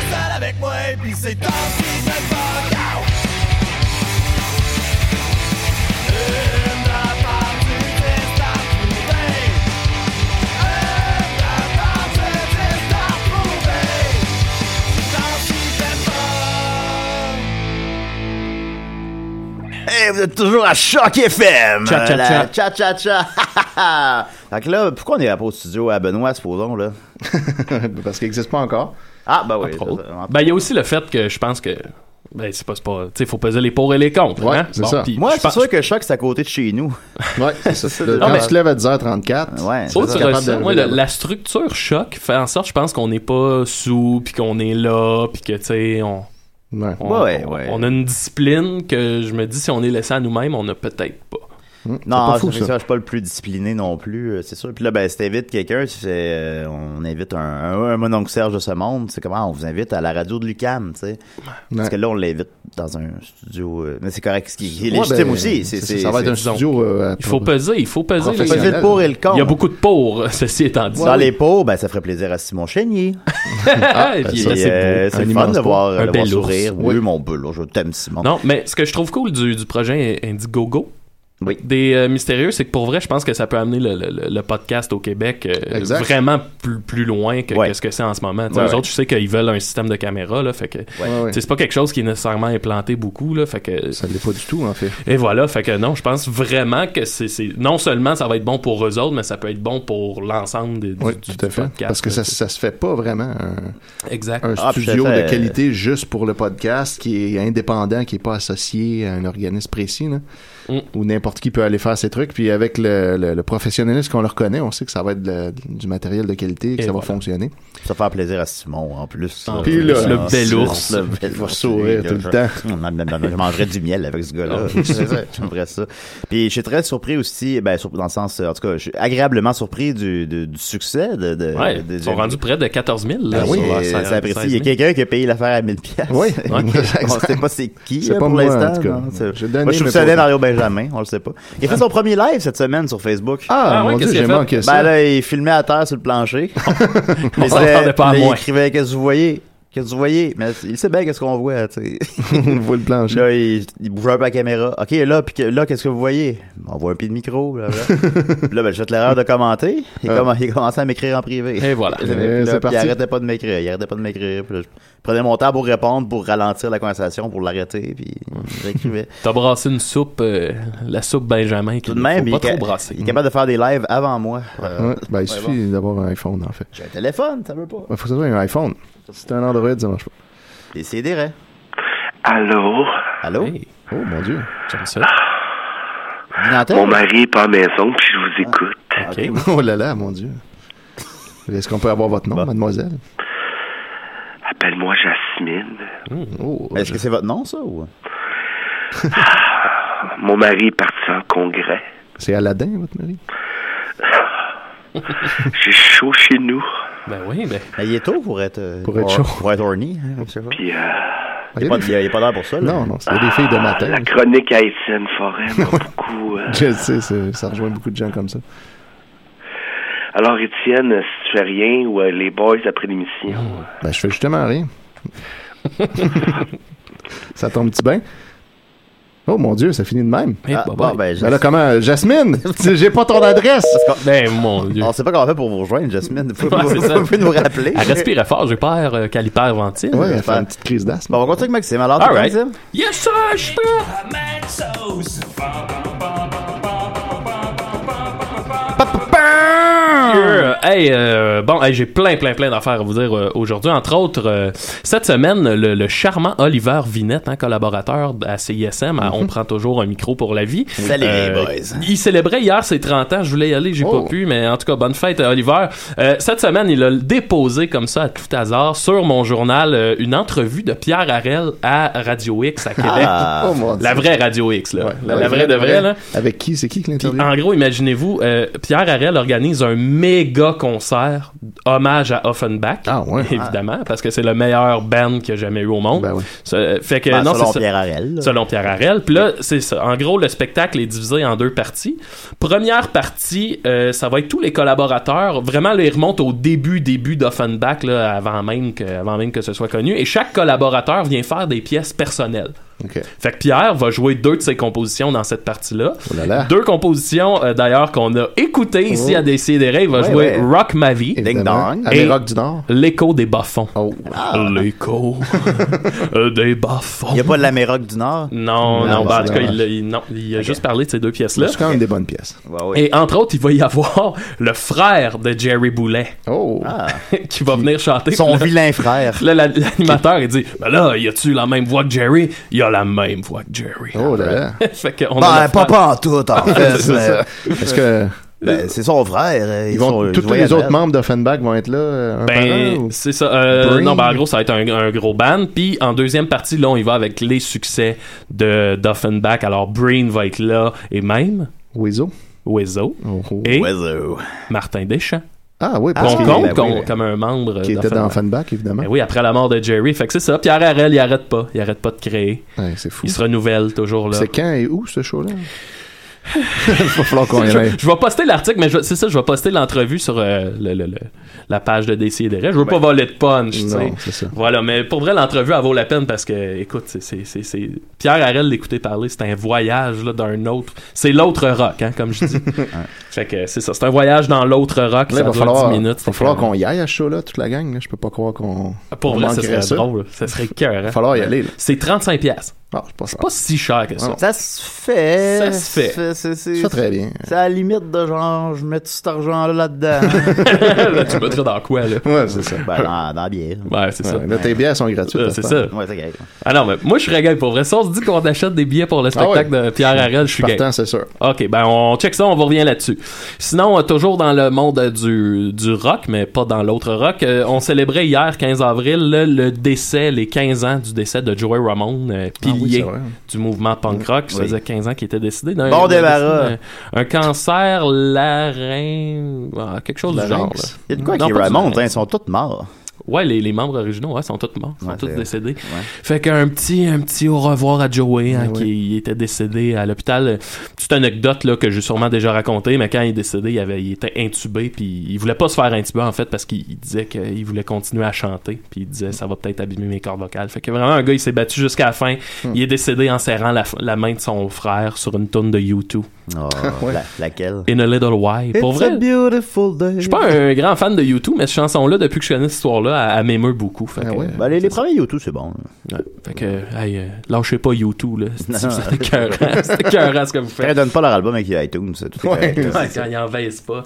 H: c'est temps qu'ils se fuck out. Une part du destin trouvé. Une part du destin trouvé. Tant qu'ils se fuck.
D: Hey, Eh, vous êtes toujours à Choc FM!
G: Cha, cha,
D: Euh, la-
G: cha.
D: cha, cha, cha. fait que là, pourquoi on est pas au studio à Benoît, supposons, là?
F: Parce qu'il n'existe pas encore.
D: Ah, bah oui.
G: Entre autres.
D: ça, ça, entre-
G: Ben, il y a aussi le fait que je pense que. Ben, c'est pas. c'est pas tu sais, faut peser les pour et les contre.
F: Ouais,
G: hein?
F: c'est ça.
G: puis
D: Moi,
G: je
D: c'est
G: pense-
D: sûr que Choc, c'est à côté de chez nous.
F: Ouais, c'est ça.
D: Non,
F: Quand
G: mais-
F: tu te lèves à 10h34,
D: Ouais.
F: tu
G: Autre
F: es capable
G: raison,
F: de
G: ouais, le- la structure choc fait en sorte, je pense, qu'on n'est pas sous, puis qu'on est là, puis que, tu sais, on,
F: Ouais.
G: on,
D: Ouais,
G: on-
D: ouais.
G: on a une discipline que je me dis, si on est laissé à nous-mêmes, on n'a peut-être pas.
D: Non,
F: pas
D: je
F: fou, ça.
D: ne suis pas le plus discipliné non plus, euh, c'est sûr. Puis là, ben, si t'invites quelqu'un, tu fais, euh, on invite un, un, un mononcle Serge de ce monde, c'est comment on vous invite à la radio de Lucam, tu sais. Parce que là, on l'invite dans un studio, euh, mais c'est correct, ce qui qui est
F: Ouais,
D: légitime
F: ben,
D: aussi. C'est,
F: ça,
D: c'est,
F: ça va être un
G: disons,
F: studio. euh,
G: Il faut peser, il faut peser. les-
D: c'est- c'est le pour et le contre.
G: Il y a beaucoup de pour, ceci étant dit.
D: Dans les pots, ben, ça ferait plaisir à Simon Chénier.
G: Et puis,
D: Puis,
G: là, c'est
D: euh,
G: beau.
D: c'est le
F: Un
D: fun
F: immense
D: de
F: pot.
D: voir,
G: Un
D: de
G: bel
D: voir sourire.
G: ours.
D: Oui, mon beau, je t'aime, Simon.
G: Non, mais ce que je trouve cool du, du projet Indiegogo,
D: Oui.
G: des euh, mystérieux, c'est que pour vrai, je pense que ça peut amener le, le- le podcast au Québec euh,
F: Exact.
G: vraiment plus, plus loin que,
D: Ouais.
G: que ce que c'est en ce moment. Les
D: Ouais, ouais.
G: autres, je sais qu'ils veulent un système de caméra, là, fait que
F: Ouais, ouais.
G: tu sais, c'est pas quelque chose qui est nécessairement implanté beaucoup, là, fait que
F: Ça ne l'est pas du tout, en fait.
G: et voilà, fait que non, je pense vraiment que c'est c'est- non seulement ça va être bon pour eux autres, mais ça peut être bon pour l'ensemble des- du,
F: Oui,
G: du-
F: tout à
G: du
F: fait.
G: podcast,
F: Parce que
G: là,
F: ça,
G: tu sais.
F: ça se fait pas vraiment. Un,
G: exact.
F: un
D: Ah, puis ça
F: studio
D: fait-
F: de qualité juste pour le podcast qui est indépendant, qui est pas associé à un organisme précis, là,
G: Mm.
F: où n'importe qui peut aller faire ses trucs. Puis avec le, le- le professionnalisme qu'on leur connaît, on sait que ça va être de la- du matériel de qualité, que
G: Et
F: ça
G: voilà.
F: va fonctionner.
D: Ça fait plaisir à Simon, en plus.
G: En
D: Euh,
F: plus, là,
D: en
G: Ah, le bel
D: plus,
G: ours.
D: le bel
F: Il va
D: ours.
F: sourire
D: Je-
F: tout le
D: je-
F: temps. Ah,
D: Je mangerais du miel avec ce gars-là. J'aimerais ça. Puis, je suis très surpris aussi, ben, sur- dans le sens, euh, en tout cas, je suis agréablement surpris du, du, du succès de, de,
G: Ouais,
D: de-
G: ils sont
D: de-
G: rendus près de 14 000. là,
D: Ah oui,
G: sur, euh,
D: euh, ça
G: 16
D: apprécie. Il y a
G: 000.
D: quelqu'un qui a payé l'affaire à 1000 pièces.
F: Oui,
D: on ne sait
F: exact.
D: pas c'est qui
F: C'est
D: là,
F: pas
D: pour
F: moi, en
D: l'instant.
F: tout cas.
D: non, c'est-
F: J'ai donné
D: Moi, je
F: mes
D: soupçonnais
F: photos.
D: Mario Benjamin, on le sait pas. Il a fait son premier live cette semaine sur Facebook.
F: Ah,
G: Ah ouais,
F: mon
G: qu'est-ce
F: Dieu,
G: qu'il a
F: j'ai
G: fait?
F: manqué
D: Ben
F: ça.
D: là, il filmait à terre sur le plancher.
G: On
D: Mais
G: s'attendait pas à
D: là,
G: moins.
D: Il écrivait qu'est-ce que vous voyez Qu'est-ce que vous voyez Mais il sait bien qu'est-ce qu'on voit, tu sais.
F: On voit le plancher.
D: Là, il, il bouge un peu la caméra. OK, là, puis que- là, qu'est-ce que vous voyez On voit un pied de micro. Là, là. Puis là, ben, j'ai fait l'erreur de commenter. Il,
F: Ah.
D: comm- il a commencé à m'écrire en privé.
G: Et voilà.
D: Puis là,
F: Eh,
D: puis là,
F: c'est
D: puis il
F: parti.
D: arrêtait pas de m'écrire. Il arrêtait pas de m'écrire. Puis là, je prenais mon temps pour répondre, pour ralentir la conversation, pour l'arrêter. Puis j'écrivais.
G: T'as brassé une soupe, euh, la soupe Benjamin. qu'il
D: Tout de même,
G: faut
D: il,
G: pas
D: est
G: trop
D: ca-
G: brasser.
D: il est capable de faire des lives avant moi. Euh,
F: Ouais, ben, il suffit
D: Ouais,
F: d'avoir un iPhone, en fait.
D: J'ai un téléphone, ça veut pas.
F: Il faut que ça soit un iPhone. Si c'est un Android, ça marche pas.
D: Et c'est des raies.
C: Allô?
D: E. Allô?
G: Hey,
F: Oh, mon Dieu.
G: j'aime ça.
D: Dis l'antenne?
C: Mon mari est pas à la maison, puis je vous écoute.
G: Ok.
F: Oh là là, mon Dieu. Est-ce qu'on peut avoir votre nom,
D: Bon.
F: mademoiselle?
C: Appelle-moi Jasmine.
F: Oh,
D: Est-ce que c'est votre nom, ça? Ou...
C: Mon mari est parti en congrès.
F: c'est Aladdin, votre mari?
C: J'ai chaud chez nous.
G: Ben oui, ben.
D: Ben, il est tôt pour être, euh,
F: Pour être
D: or-
F: chaud.
D: Pour être horny. hein, comme ça.
C: Puis euh,
D: Il n'y a, pas- il y a pas d'heure pour ça. Là.
F: Oh, Non, non, c'est des filles de matin.
C: ah, la chronique à Étienne Forêt m'a beaucoup... euh,
F: Je sais, c'est- ça rejoint beaucoup de gens comme ça.
C: Alors, Étienne, si tu fais rien, ou euh, les boys après l'émission.
F: Ben, je fais justement rien. ça tombe-tu bien? Oh mon Dieu, ça finit de même.
G: Hey,
D: Ah,
G: bye
D: bon,
G: bye.
D: ben, je-
F: Ben là, comment? Jasmine? J'ai pas ton adresse!
G: Ben, mon Dieu.
D: On ne sait pas comment on fait pour vous rejoindre, Jasmine. Vous pouvez,
G: Ouais, c'est
D: vous
G: ça.
D: pouvez nous rappeler.
G: Elle respire fort, j'ai peur euh, qu'elle hyperventile.
F: Ouais, elle fait
D: j'espère.
F: une petite crise d'asthme.
D: Bon, on va continuer avec Maxime. Alors,
G: All
D: t'es
G: right.
D: Maxime?
G: Yes, sir, je suis prêt.
H: Mac sauce.
F: Ah!
G: Euh, Hey, euh, bon, hey, j'ai plein, plein, plein d'affaires à vous dire euh, aujourd'hui. Entre autres, euh, cette semaine, le, le charmant Oliver Vinette, hein, collaborateur à CISM, à On prend toujours un micro pour la vie. Euh,
D: Salut, les boys.
G: Il célébrait hier ses 30 ans. Je voulais y aller, j'ai
F: Oh.
G: pas pu, mais en tout cas, bonne fête à Oliver. Euh, cette semaine, il a déposé comme ça à tout hasard sur mon journal euh, une entrevue de Pierre Harel à Radio X à Québec.
D: Ah,
F: Oh mon Dieu.
G: La vraie Radio X, là.
F: Ouais.
G: la, la
F: Ouais,
G: vraie de vraie, là.
F: Avec qui? C'est qui que
G: Puis
F: l'interview?
G: en gros, imaginez-vous, euh, Pierre Harel organise un méga méga concert hommage à Offenbach, évidemment, parce que c'est le meilleur band qu'il y a jamais eu au monde. Ça- euh, fait que
D: Ben,
G: non,
D: selon
G: c'est ça.
D: Pierre Harel, là.
G: Selon Pierre Harel. Puis là, c'est ça. En gros, le spectacle est divisé en deux parties. Première partie, euh, ça va être tous les collaborateurs. Vraiment, là, ils remontent au début, début d'Offenbach, là, avant même que, avant même que ce soit connu. Et chaque collaborateur vient faire des pièces personnelles.
F: OK.
G: Fait que Pierre va jouer deux de ses compositions dans cette partie-là.
D: Oh
F: là.
G: Deux compositions, euh, d'ailleurs, qu'on a écoutées ici
F: Oh.
G: à Décidéré. Il va
F: Ouais,
G: jouer
F: ouais.
G: Rock Ma Vie.
F: Évidemment.
G: Ding dong. Oh.
F: Avec
G: Et- Ah,
F: Rock du Nord.
G: L'écho des bas-fonds. L'écho euh, des
D: Ah. Il
G: bas-fonds.
D: n'y a pas de l'Amérique du Nord?
F: Mm.
G: Non, non,
D: Non,
G: bah, en
D: c'est
G: tout cas, il,
D: dommage.
G: il- non, il a juste parlé de ces deux pièces-là.
F: C'est quand même des bonnes pièces.
D: Ouais, ouais.
G: Et entre autres, il va y avoir le frère de Jerry Boulet
F: Oh.
G: qui va venir chanter.
D: Son
G: Puis
D: vilain frère.
G: Là, là, la- l'animateur, il dit Ben là, y a-tu la même voix que Jerry Il a la même voix que Jerry.
F: Oh là là.
G: fait qu'on a
D: Ben,
G: le
D: pas,
G: frère-
D: pas en tout, en fait.
F: C'est
D: mais-
F: ça. Est-ce que
D: Ben, c'est son frère. euh,
F: ils
D: ils sont-
F: vont,
D: ils
F: tous
D: jouaient
F: les
D: à
F: autres
D: Noël.
F: membres d'Offenbach vont être là? euh, un par un,
G: Ben,
F: ou-
G: c'est ça. euh,
F: Bring.
G: non, ben, en gros, ça va être un, un gros band. Puis, en deuxième partie, là, on y va avec les succès de d'Offenbach. Alors, Breen va être là, et même
F: Weezo?
G: Wezo
F: Oh, oh.
G: et
D: Ouais, euh,
G: Martin Deschamps.
F: Ah oui,
G: Qu'on
F: parce qu'il-
G: compte
F: ben oui,
G: qu'on-
F: ben,
G: comme un membre
F: qui était dans
G: d'Offenbach.
F: Offenbach, évidemment.
G: Ben oui, après la mort de Jerry. Fait que c'est ça. Pierre Harel, il arrête pas. Il arrête pas de créer.
F: Ouais, c'est fou.
G: Il se renouvelle toujours là.
F: C'est quand et où ce show-là? Il va falloir qu'on y aille.
G: Je, je vais poster l'article, mais je- c'est ça, je vais poster l'entrevue sur euh, le- le- le- la page de Décideret. Je veux pas voler de punch, tu sais.
F: Ben, Non, c'est ça.
G: Voilà, mais pour vrai, l'entrevue, elle vaut la peine parce que, écoute, c'est, c'est, c'est, c'est- Pierre Harel, l'écouter parler, c'est un voyage là, d'un autre. C'est l'autre rock, hein, comme je dis. fait que c'est ça, c'est un voyage dans l'autre rock.
F: Là,
G: ça
F: il va
G: dure
F: falloir,
G: 10 minutes.
F: il va falloir qu'on y aille à ce show-là, toute la gang. là. Je peux pas croire qu'on.
G: Pour
F: on
G: vrai, ça
F: manquerait
G: serait
F: ça.
G: drôle. Ça serait cœur. hein.
F: Il va falloir y aller. Là.
G: C'est 35$. piastres.
F: Ah, c'est pas ça.
G: Pas si cher que ça.
D: Ça se fait.
G: Ça se fait.
D: C'est, c'est-
F: Ça très bien.
D: c'est à la limite de genre, je mets tout cet argent-là là-dedans.
G: Là, tu mettrais dans quoi, là?
F: Ouais, c'est ça.
D: ben, dans, dans la bière.
G: Ouais, c'est ça.
F: Ouais, là, tes bières sont gratuites.
G: Euh,
F: par
G: c'est
F: contre.
G: ça.
D: Ouais, c'est gay.
G: Ah non, mais moi, je serais gay pour vrai. Si on se dit qu'on achète des billets pour le spectacle
F: ouais.
G: de Pierre Harel, je suis gay.
F: Partant, c'est sûr.
G: Ok, ben on check ça, on vous revient là-dessus. Sinon, euh, toujours dans le monde euh, du, du rock, mais pas dans l'autre rock, euh, on célébrait hier, 15 avril, le, le décès, les 15 ans du décès de Joey Ramone, euh,
F: Ah oui,
G: pilier
F: c'est vrai.
G: du mouvement punk rock. Ça
D: Oui.
G: faisait 15 ans qu'il était décédé. d'un-
D: Bon
G: d'un-
D: débarras.
G: d'un- euh, Un, cancer laryng... ah, quelque chose du genre.
F: Larynx.
D: Il y a de quoi
G: Non,
D: qui
G: pas du
D: remonte, hein,
G: larynx.
D: ils sont tous morts.
G: Ouais, les, les membres originaux, ouais, sont tous morts, sont
D: Ouais, Eh
G: tous
D: c'est-
G: décédés. Fait qu'un petit, un petit au revoir à Joey, hein, qui il était décédé à l'hôpital. Euh, Petite anecdote là, que j'ai sûrement déjà racontée, mais quand il est décédé, il, avait, il était intubé, puis il voulait pas se faire intuber en fait parce qu'il il disait qu'il voulait continuer à chanter, puis il disait ça va peut-être abîmer mes cordes vocales. Fait que vraiment, un gars, il s'est battu jusqu'à la fin.
D: Hmm.
G: Il est décédé en serrant la, la main de son frère sur une tourne de U2.
D: Oh, la- laquelle?
G: In a little while. Pour vrai,
D: beautiful day.
G: je suis pas un grand fan de U2, mais cette chanson-là, depuis que je connais cette histoire-là, elle, elle m'émeut beaucoup. Fait que-
F: ouais.
D: Ben, les, les premiers YouTube, c'est bon.
G: Ouais. Fait que, hey, euh, lâchez pas YouTube, là. C'est-
D: Non.
G: C'est écœurant. C'est écœurant ce que vous
D: Ils
G: faites.
D: donnent pas leur album avec iTunes, c'est tout. est correct, là.
G: Ouais, quand ils en baissent pas.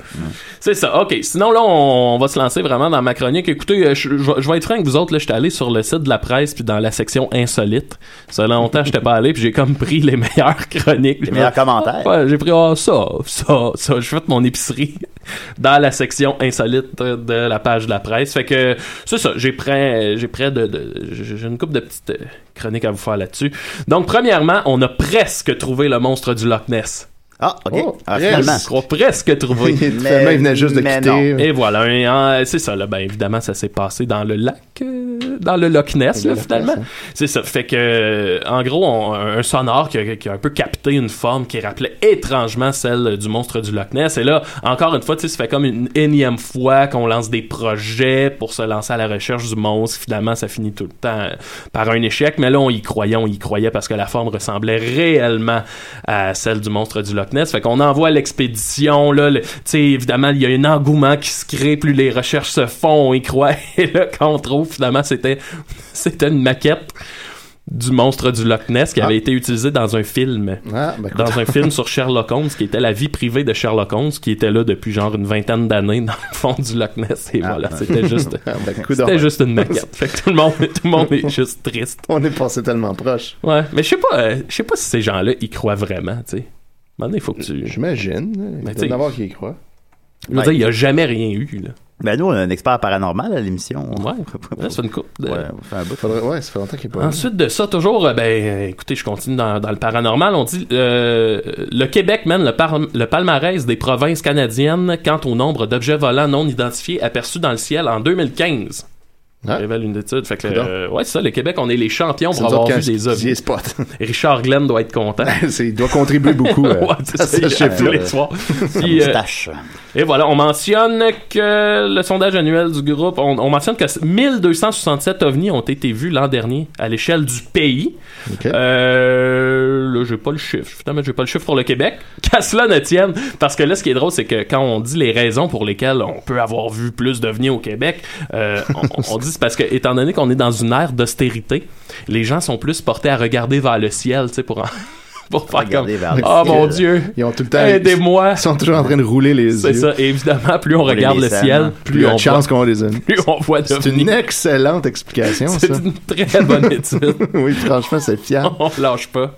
G: C'est ça. OK. Sinon, là, on, on va se lancer vraiment dans ma chronique. Écoutez, euh, je je vais- je vais être franc avec vous autres. Là, j'étais allé sur le site de la presse puis dans la section insolite. Ça fait longtemps, j'étais pas allé puis j'ai comme pris les meilleures chroniques.
D: Les meilleurs commentaires.
G: Ouais, j'ai pris ah, ça, ça, ça. J'ai fait mon épicerie dans la section insolite de la page de la presse. Fait que c'est ça, j'ai près, j'ai près de, de- j'ai j'ai une couple de petites euh, chroniques à vous faire là-dessus. Donc premièrement, on a presque trouvé le monstre du Loch Ness.
D: Ah, ok.
F: Oh,
D: Ah,
F: presque.
D: finalement.
G: On a presque trouvé.
F: Finalement, il venait juste de
D: mais
F: quitter.
G: Et voilà, un- un- c'est ça. Là, ben évidemment, ça s'est passé dans le lac, euh, dans le Loch Ness,
F: Le
G: là,
F: Loch Ness,
G: finalement.
F: hein.
G: C'est ça. Fait que, euh, en gros, on- un sonore qui a, qui a un peu capté une forme qui rappelait étrangement celle du monstre du Loch Ness. Et là, encore une fois, tu sais, ça fait comme une énième fois qu'on lance des projets pour se lancer à la recherche du monstre. Finalement, ça finit tout le temps euh, par un échec. Mais là, on y croyait, on y croyait parce que la forme ressemblait réellement à celle du monstre du Loch Ness. Fait qu'on envoie l'expédition, là, le- tu sais, évidemment, il y a un engouement qui se crée, plus les recherches se font, on y croit. Et là, quand on trouve, finalement, c'était, c'était une maquette du monstre du Loch Ness qui avait été utilisée dans un film.
F: Ah, ben, écoute,
G: Dans un film sur Sherlock Holmes, qui était la vie privée de Sherlock Holmes, qui était là depuis genre une vingtaine d'années dans le fond du Loch Ness. Et voilà, c'était juste,
F: ah, ben, coup d'or.
G: c'était juste une maquette. Fait que tout le monde, tout le monde est juste triste.
F: On est passé tellement proche.
G: Ouais, mais je sais pas, euh, je sais pas si ces gens-là y croient vraiment, tu sais. À un moment donné, faut que tu. Je
F: J'imagine. Il
G: Mais
F: doit
G: t'sais-
F: y en avoir qui y croient.
G: veux dire, il y a jamais rien eu, là.
D: Ben nous, on a un expert paranormal à l'émission.
G: Ouais, c'est une coupe. de-
D: Ouais, on fait un bout.
F: Faudrait- ouais, ça fait longtemps qu'il n'est pas.
G: Ensuite de ça, toujours, euh, ben, euh, écoutez, je continue dans, dans le paranormal. On dit euh, le Québec mène le, par- le palmarès des provinces canadiennes quant au nombre d'objets volants non identifiés aperçus dans le ciel en 2015.
F: Ah.
G: Révèle une étude. Fait que,
F: Coudonc.
G: euh, ouais, c'est ça, le Québec, on est les champions
F: C'est
G: pour
F: nous
G: avoir
F: autres
G: vu
F: qui a-
G: des
F: qui les
G: ovnis.
F: spots.
G: Richard Glenn doit être content.
F: C'est- Il doit contribuer beaucoup euh,
G: Ben, Ouais, c'est
F: à
G: ça,
F: ce
G: il est à tous
F: chiffre-là.
G: les soirs. Puis, euh,
D: Moustache.
G: et voilà, on mentionne que le sondage annuel du groupe, on, on mentionne que 1267 ovnis ont été vus l'an dernier à l'échelle du pays.
F: Ok.
G: Euh, là, j'ai pas le chiffre. Finalement, j'ai pas le chiffre pour le Québec. Qu'à cela ne tienne. Parce que là, ce qui est drôle, c'est que quand on dit les raisons pour lesquelles on peut avoir vu plus d'ovnis au Québec, euh, on, on dit c'est parce que, étant donné qu'on est dans une ère d'austérité, les gens sont plus portés à regarder vers le ciel, tu sais, pour, en- pour faire comme.
D: Regardez vers le
G: Oh mon
D: ciel.
G: Dieu!
F: Ils ont tout le temps.
G: Aidez-moi!
F: Ils sont toujours en train de rouler les yeux.
G: C'est ça. Et évidemment, plus on,
D: les
G: regarde le
D: descend,
G: ciel,
D: hein.
G: plus, on
F: de chance qu'on les a.
G: voit, plus on voit
F: C'est
G: d'ovnis.
F: une excellente explication,
G: C'est
F: ça. Hein?
G: une très bonne étude.
F: oui, franchement, c'est fiable.
G: on lâche pas.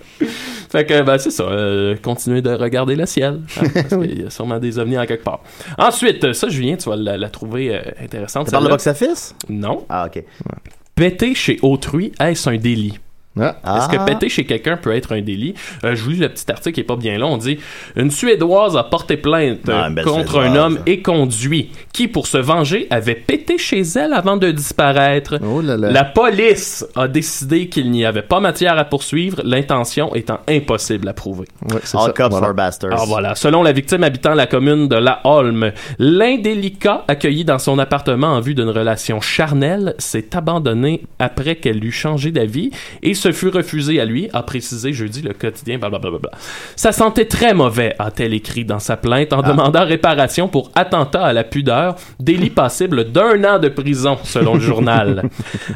G: Fait que, ben, c'est ça. euh, continuez de regarder le ciel. hein, parce qu'il y a sûrement des ovnis en quelque part. Ensuite, euh, ça, Julien, tu vas la, la trouver euh, intéressante.
D: Ça parle de
G: celle-là.
D: box-office?
G: Non.
D: Ah, ok.
G: Péter chez autrui, est-ce un délit?
F: Ah,
D: Ah.
G: Est-ce que péter chez quelqu'un peut être un délit? Euh, je vous lis le petit article qui est pas bien long. On dit Une Suédoise a porté plainte
D: Ah,
G: euh,
D: une belle
G: contre
D: Suédoise.
G: un homme éconduit qui, pour se venger, avait pété chez elle avant de disparaître.
F: Oh là là.
G: La police a décidé qu'il n'y avait pas matière à poursuivre, l'intention étant impossible à prouver.
F: Ouais, c'est
D: All
F: ça.
D: cops
F: Voilà.
D: are bastards.
G: Alors Ah, voilà, selon la victime habitant la commune de La Holme, l'indélicat accueilli dans son appartement en vue d'une relation charnelle s'est abandonné après qu'elle eût changé d'avis et se fut refusé à lui, a précisé jeudi le quotidien blablabla. Ça sentait très mauvais, a-t-elle écrit dans sa plainte en demandant réparation pour attentat à la pudeur, délit passible d'un an de prison selon le journal.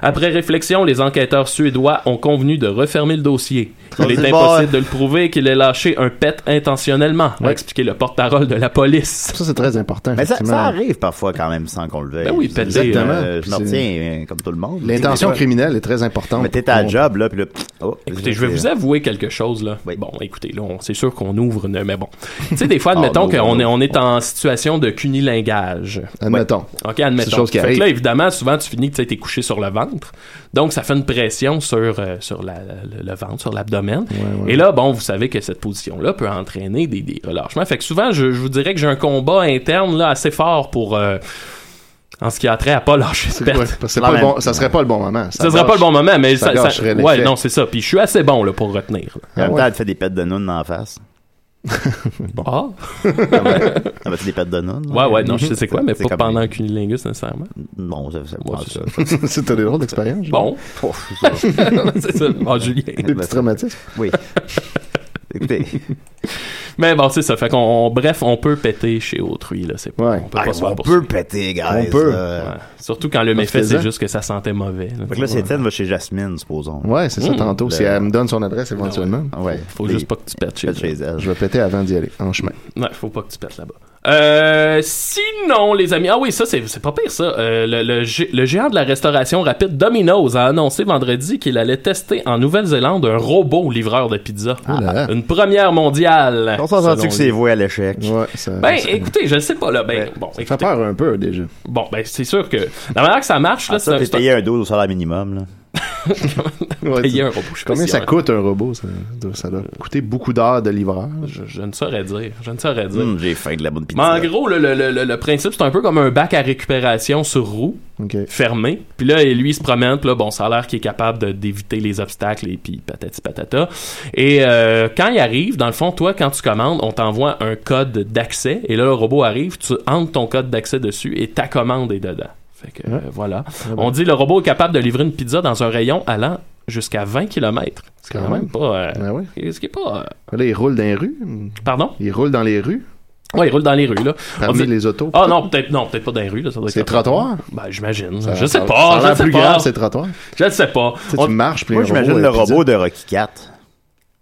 G: Après réflexion, les enquêteurs suédois ont convenu de refermer le dossier. Il
D: dit,
G: est
D: bon,
G: impossible de le prouver qu'il ait lâché un pet intentionnellement, a
F: Ouais.
G: expliqué le porte-parole de la police.
F: Ça, c'est très important.
D: Mais ça,
F: effectivement.
D: ça arrive parfois quand même sans qu'on le veuille.
G: Ben oui, péter,
D: Exactement.
F: euh,
D: Euh, je m'en
F: c'est-
D: retiens euh, comme tout le monde.
F: L'intention
D: Mais toi,
F: criminelle est très importante.
D: Mais t'es à
F: On-
D: job, là, puis là. pff, oh,
G: Écoutez, je vais vous avouer quelque chose là.
D: Oui.
G: Bon, écoutez, là, on- c'est sûr qu'on ouvre, une- mais bon. tu sais, des fois,
D: Ah,
G: admettons
D: non,
G: qu'on
D: non,
G: est, on est en situation de cunilingage.
F: Admettons.
G: OK, admettons.
F: C'est une chose qui
G: Fait que
F: arrive.
G: là, évidemment, souvent, tu finis que tu sais, t'es couché sur le ventre. Donc, ça fait une pression sur, euh, sur la- le, le ventre, sur l'abdomen. Et là, bon, vous savez que cette position-là peut entraîner des, des relâchements. Fait que souvent, je, je vous dirais que j'ai un combat interne là, assez fort pour. euh, en ce qui a trait à pas lâcher ce
F: C'est-
G: pet.
F: ouais, parce que c'est
D: La
F: pas le
D: même.
F: bon- ça serait pas le bon moment.
G: Ça serait pas le bon moment, mais
F: ça
G: ça. ça-
F: gâcherait l'effet.
G: ouais, non, c'est ça. Puis je suis assez bon là, pour retenir. là.
D: En même
F: Ah ouais.
D: temps, elle te fait des pets de nounes en face.
G: Ah,
D: Ah, ouais. Ah, ben, c'est des pets de nounes. Mhm.
G: ouais, ouais, non, je sais c'est quoi, mais pas
D: comme-
G: pendant qu'une lingus nécessairement.
D: Non, ça, ça,
G: Ouais,
D: ah,
G: c'est
D: ça-
F: C'était des drôles d'expérience.
G: Bon. c'est ça. Ah, Julien.
F: Des petits traumatismes.
D: Oui. Écoutez,
G: Mais bon, c'est ça. Fait qu'on, on- bref, on peut péter chez autrui, là. C'est pas,
F: Ouais.
G: On peut pas
D: ah,
G: se faire
D: on
G: poursuivre.
D: peut péter, guys.
F: On peut.
D: là.
G: Ouais. Surtout quand le méfait,
F: Profitez-en.
G: c'est juste que ça sentait mauvais. là.
D: Fait que là, c'est Étienne va chez Jasmine, supposons.
F: Ouais, c'est ça,
G: Mmh.
F: tantôt. Si
D: Le-
F: elle me donne son adresse éventuellement,
D: Ah, Ouais.
G: Faut
D: Les
G: juste pas que tu pètes chez
D: pets chez
G: eux.
D: elle.
F: je vais péter avant d'y aller, en chemin.
G: Ouais, faut pas que tu pètes là-bas. Euh, sinon, les amis, ah oui, ça, c'est, c'est pas pire, ça. Euh, le, le gé- le géant de la restauration rapide Domino's a annoncé vendredi qu'il allait tester en Nouvelle-Zélande un robot livreur de pizza.
D: Ah,
F: Oh là là.
G: Une première mondiale.
D: On s'en sent-tu
G: selon
D: que
G: lui.
D: c'est voué à l'échec?
F: Ouais, ça,
G: Ben,
F: ça-
G: écoutez, je le sais pas, là. Ben,
D: Ouais.
G: bon,
F: ça fait
G: écoutez.
F: peur un peu déjà.
G: Bon, ben, c'est sûr que. La manière que ça marche, là,
D: Ah,
G: c'est,
D: ça,
G: un-
D: t'es
G: c'est un-
D: payé un dos au salaire minimum, là.
F: Ouais,
G: payer
F: tu-
G: un robot. Je sais pas
F: Combien
G: si
F: ça
G: on-
F: coûte un robot Ça, doit- ça doit coûter beaucoup d'heures de livreur.
G: Je, je ne saurais dire. Je ne saurais dire.
D: Hum, j'ai faim de la bonne pizza.
G: Mais en gros, le, le- le- le- le principe, c'est un peu comme un bac à récupération sur roue,
F: Ok.
G: fermé. Puis là, et lui, il se promène. Puis là, bon, ça a l'air qu'il est capable de- d'éviter les obstacles et puis patati patata. Et euh, quand il arrive, dans le fond, toi, quand tu commandes, on t'envoie un code d'accès. Et là, le robot arrive, tu entres ton code d'accès dessus et ta commande est dedans. Fait que, euh, voilà. On dit le robot est capable de livrer une pizza dans un rayon allant jusqu'à 20 km. C'est quand,
F: Quand
G: même,
F: même.
G: pas... euh,
F: Ah ouais.
G: ce qui est pas... euh,
F: Là, ils roulent dans les rues.
G: pardon?
F: Ils roulent dans les rues,
G: Ouais, il roule dans les rues, là. On
F: parmi
G: dit-
F: les autos.
G: Ah non, peut-être non, peut-être pas dans les rues. Là, ça doit être
F: C'est
G: comme-
F: trottoir?
G: Ben, j'imagine.
F: Ça-
G: je sais
F: ça-
G: pas,
F: Ça a l'air
G: je sais
F: plus
G: pas.
F: grave, c'est trottoir.
G: Je ne sais pas.
F: Tu, sais,
G: On-
F: tu marches, puis
D: Moi,
F: un
D: j'imagine
F: robot,
D: le
F: euh, puis
D: robot de Rocky 4.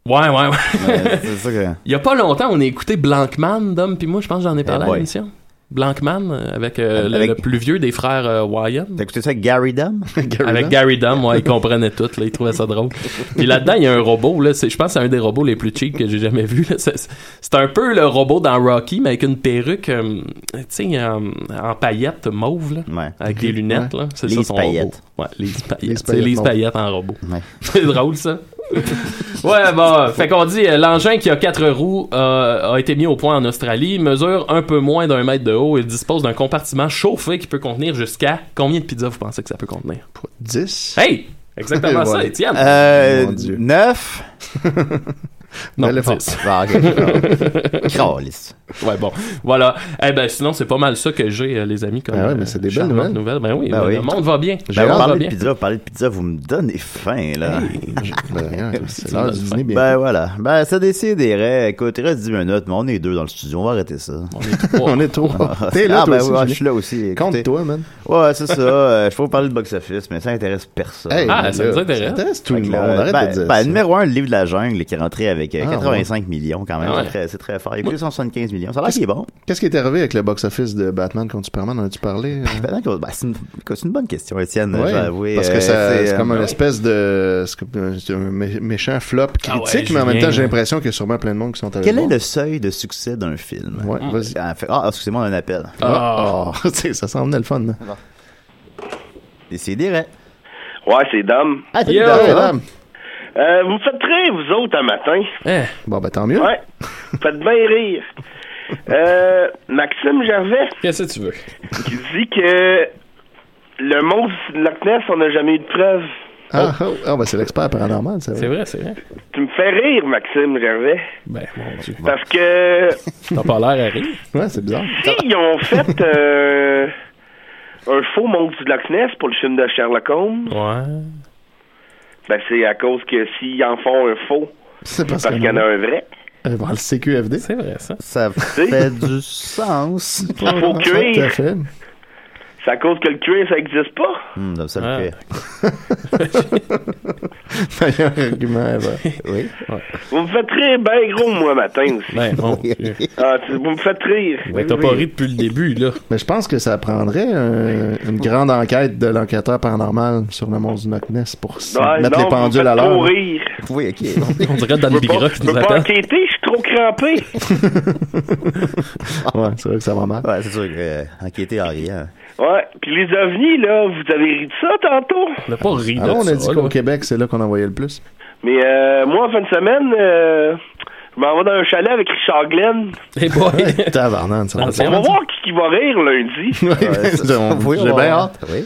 G: Ouais, ouais, ouais.
D: C'est ça que.
G: Il y a pas longtemps, on a écouté Blankman, Dom, puis moi, je pense que j'en ai parlé
D: Eh
G: à
D: boy.
G: l'émission. Blankman, euh, avec, euh, le-
D: Avec-
G: Le, plus vieux des frères euh, Wyan.
D: T'as écouté ça avec Gary Dam?
G: Avec Gary Dam, ouais, il comprenait tout, là, il trouvait ça drôle. Puis là-dedans, il y a un robot, là, c'est- je pense que c'est un des robots les plus cheap que j'ai jamais vu. là. C'est c'est un peu le robot dans Rocky, mais avec une perruque, euh, tu sais, en, en paillettes mauve, là,
D: Ouais.
G: avec des lunettes, là. C'est ça
D: Lise
G: son
D: Paillette.
G: robot. Ouais, les paillettes.
F: Lise
G: C'est les
F: Paillette
G: paillettes en robot.
D: Ouais.
G: C'est drôle, ça. ouais, bon, fait qu'on dit, euh, l'engin qui a quatre roues euh, a été mis au point en Australie, mesure un peu moins d'un mètre de haut et dispose d'un compartiment chauffé qui peut contenir jusqu'à combien de pizzas vous pensez que ça peut contenir?
F: 10.
G: Hey! Exactement ça,
F: Et voilà.
G: Étienne.
D: Euh,
F: Mon Dieu.
D: 9?
G: non,
F: le
G: dix.
D: Bon, ok. Crâlisse.
G: Ouais, bon. Voilà. Eh ben, sinon, c'est pas mal ça que j'ai, euh, les amis. Comme,
F: Ah ouais,
G: euh,
F: mais c'est des belles
G: charmantes
F: nouvelles.
G: Ben oui,
D: Ben
G: ben
D: oui.
G: le monde va bien. Le
D: Ben, vous
G: monde va
D: parlez de
G: bien.
D: pizza, vous parlez de pizza, vous me donnez faim, là.
F: Ben, rien, c'est
G: C'est
F: l'heure
G: notre
F: du
G: fin.
F: dîner, bien.
D: Ben voilà. Ben ça déciderait. Écoute, il reste 10 minutes, mais on est deux dans le studio, on va arrêter ça.
G: On est trois.
F: on est trop.
D: Ah,
F: T'es là,
D: ah,
F: toi
D: ben
F: aussi,
D: ouais,
F: Julien.
D: je suis là aussi. écoutez.
F: Compte-toi, man.
D: Ouais, c'est ça. euh, je peux vous parler de box-office, mais ça intéresse personne.
F: Hey,
G: Ah,
F: mais
G: ça
F: là,
G: nous intéresse.
F: Ça intéresse ben, tout le
D: Fait que
F: monde.
D: là,
F: Arrête
D: ben,
F: de dire
D: ben,
F: ça.
D: numéro 1, le livre de la jungle, qui est rentré avec euh,
F: Ah,
D: 85 millions quand même.
G: Ah ouais.
D: C'est très- C'est très fort. Il a coûté 175 millions. Ça a l'air qu'il est bon.
F: Qu'est-ce qui est arrivé avec le box-office de Batman contre Superman? On a-tu parlé? euh?
D: Ben, donc, ben, c'est une, c'est une bonne question, Étienne.
F: Ouais,
D: je vais avouer,
F: parce
D: euh,
F: que ça- c'est
D: euh,
F: comme une espèce de c'est comme un- c'est un mé- méchant flop critique,
G: Ah ouais,
F: mais en même
G: Julien.
F: temps, j'ai l'impression qu'il y a sûrement plein de monde qui sont allés
D: Quel est
F: voir.
D: le seuil de succès d'un film?
F: Ouais, vas-y.
D: Ah, fait- ah, excusez-moi, on a un appel.
F: Ah, ah, tu sais, ça s'en venait le fun. là.
D: Décidérez.
F: Mm.
C: Ouais, c'est dame.
D: Ah, t'es
G: Yo!
D: dedans,
F: Hey,
D: hein?
F: dame.
C: Euh, vous faites rire, vous autres, un matin.
G: Eh,
F: Bon, ben tant mieux.
C: Ouais. Vous faites bien rire. Euh, Maxime Gervais
G: qu'est-ce que tu veux?
C: qui dit que le monstre de Loch Ness, on n'a jamais eu de preuve.
F: Ah, oh, ah, ben c'est l'expert paranormal, ça.
G: C'est vrai, c'est vrai.
C: Tu me fais rire, Maxime Gervais.
G: Ben, mon Dieu.
C: Parce que
G: T'as pas l'air à rire.
F: Ouais, c'est bizarre.
C: si ils ont fait euh, un faux monstre du Loch Ness pour le film de Sherlock Holmes,
G: Ouais.
C: ben c'est à cause que s'ils en font un faux,
F: C'est parce,
C: parce
F: que-
C: qu'il y en a un vrai,
F: Euh, bon, le CQFD.
G: C'est vrai, ça.
D: Ça fait du sens.
C: faut
F: Ah, tout à
C: cuire.
F: fait.
C: C'est à cause que le cuir, ça existe pas.
D: Hum, donc ça
G: Ah.
D: le fait.
F: Meilleur argument ever.
D: Oui.
C: Vous me faites rire ben gros, moi, matin aussi.
G: Ben, mon Dieu.
C: Ah, tu- vous me faites rire.
G: Ben, t'as pas ri depuis le début, là.
F: Mais je pense que ça prendrait un- une grande enquête de l'enquêteur paranormal sur le monstre du Loch Ness pour s-
C: Ouais,
F: mettre
C: non,
F: les
C: vous me
F: pendules
C: faites
F: à l'heure.
C: trop rire.
D: Oui, ok.
G: On dirait Dan
C: Je peux pas,
G: Bigra qui
C: je
G: nous
C: peux pas
G: attend.
C: enquêter, je suis trop crampé.
F: Ouais, c'est vrai que ça va
C: Ah.
F: mal.
D: Ouais, c'est sûr que euh, enquêter en riant.
C: Ouais, puis les ovnis, là, vous avez ri de ça tantôt.
G: On n'a pas ri de
F: Alors, Ah, on
G: ça,
F: a dit
G: là.
F: qu'au Québec, c'est là qu'on envoyait le plus.
C: Mais euh, moi, en fin de semaine, euh, je m'en vais dans un chalet avec Richard Glenn.
G: Eh boy.
F: Tabarnane, ça va
G: Non, c'est
C: On va
F: mal.
C: voir qui, qui va rire lundi.
F: Oui,
D: Ah, Ouais,
F: ben,
D: ça-
F: c'est- on-
D: oui,
F: J'ai
D: on va-
F: bien hâte.
D: Oui.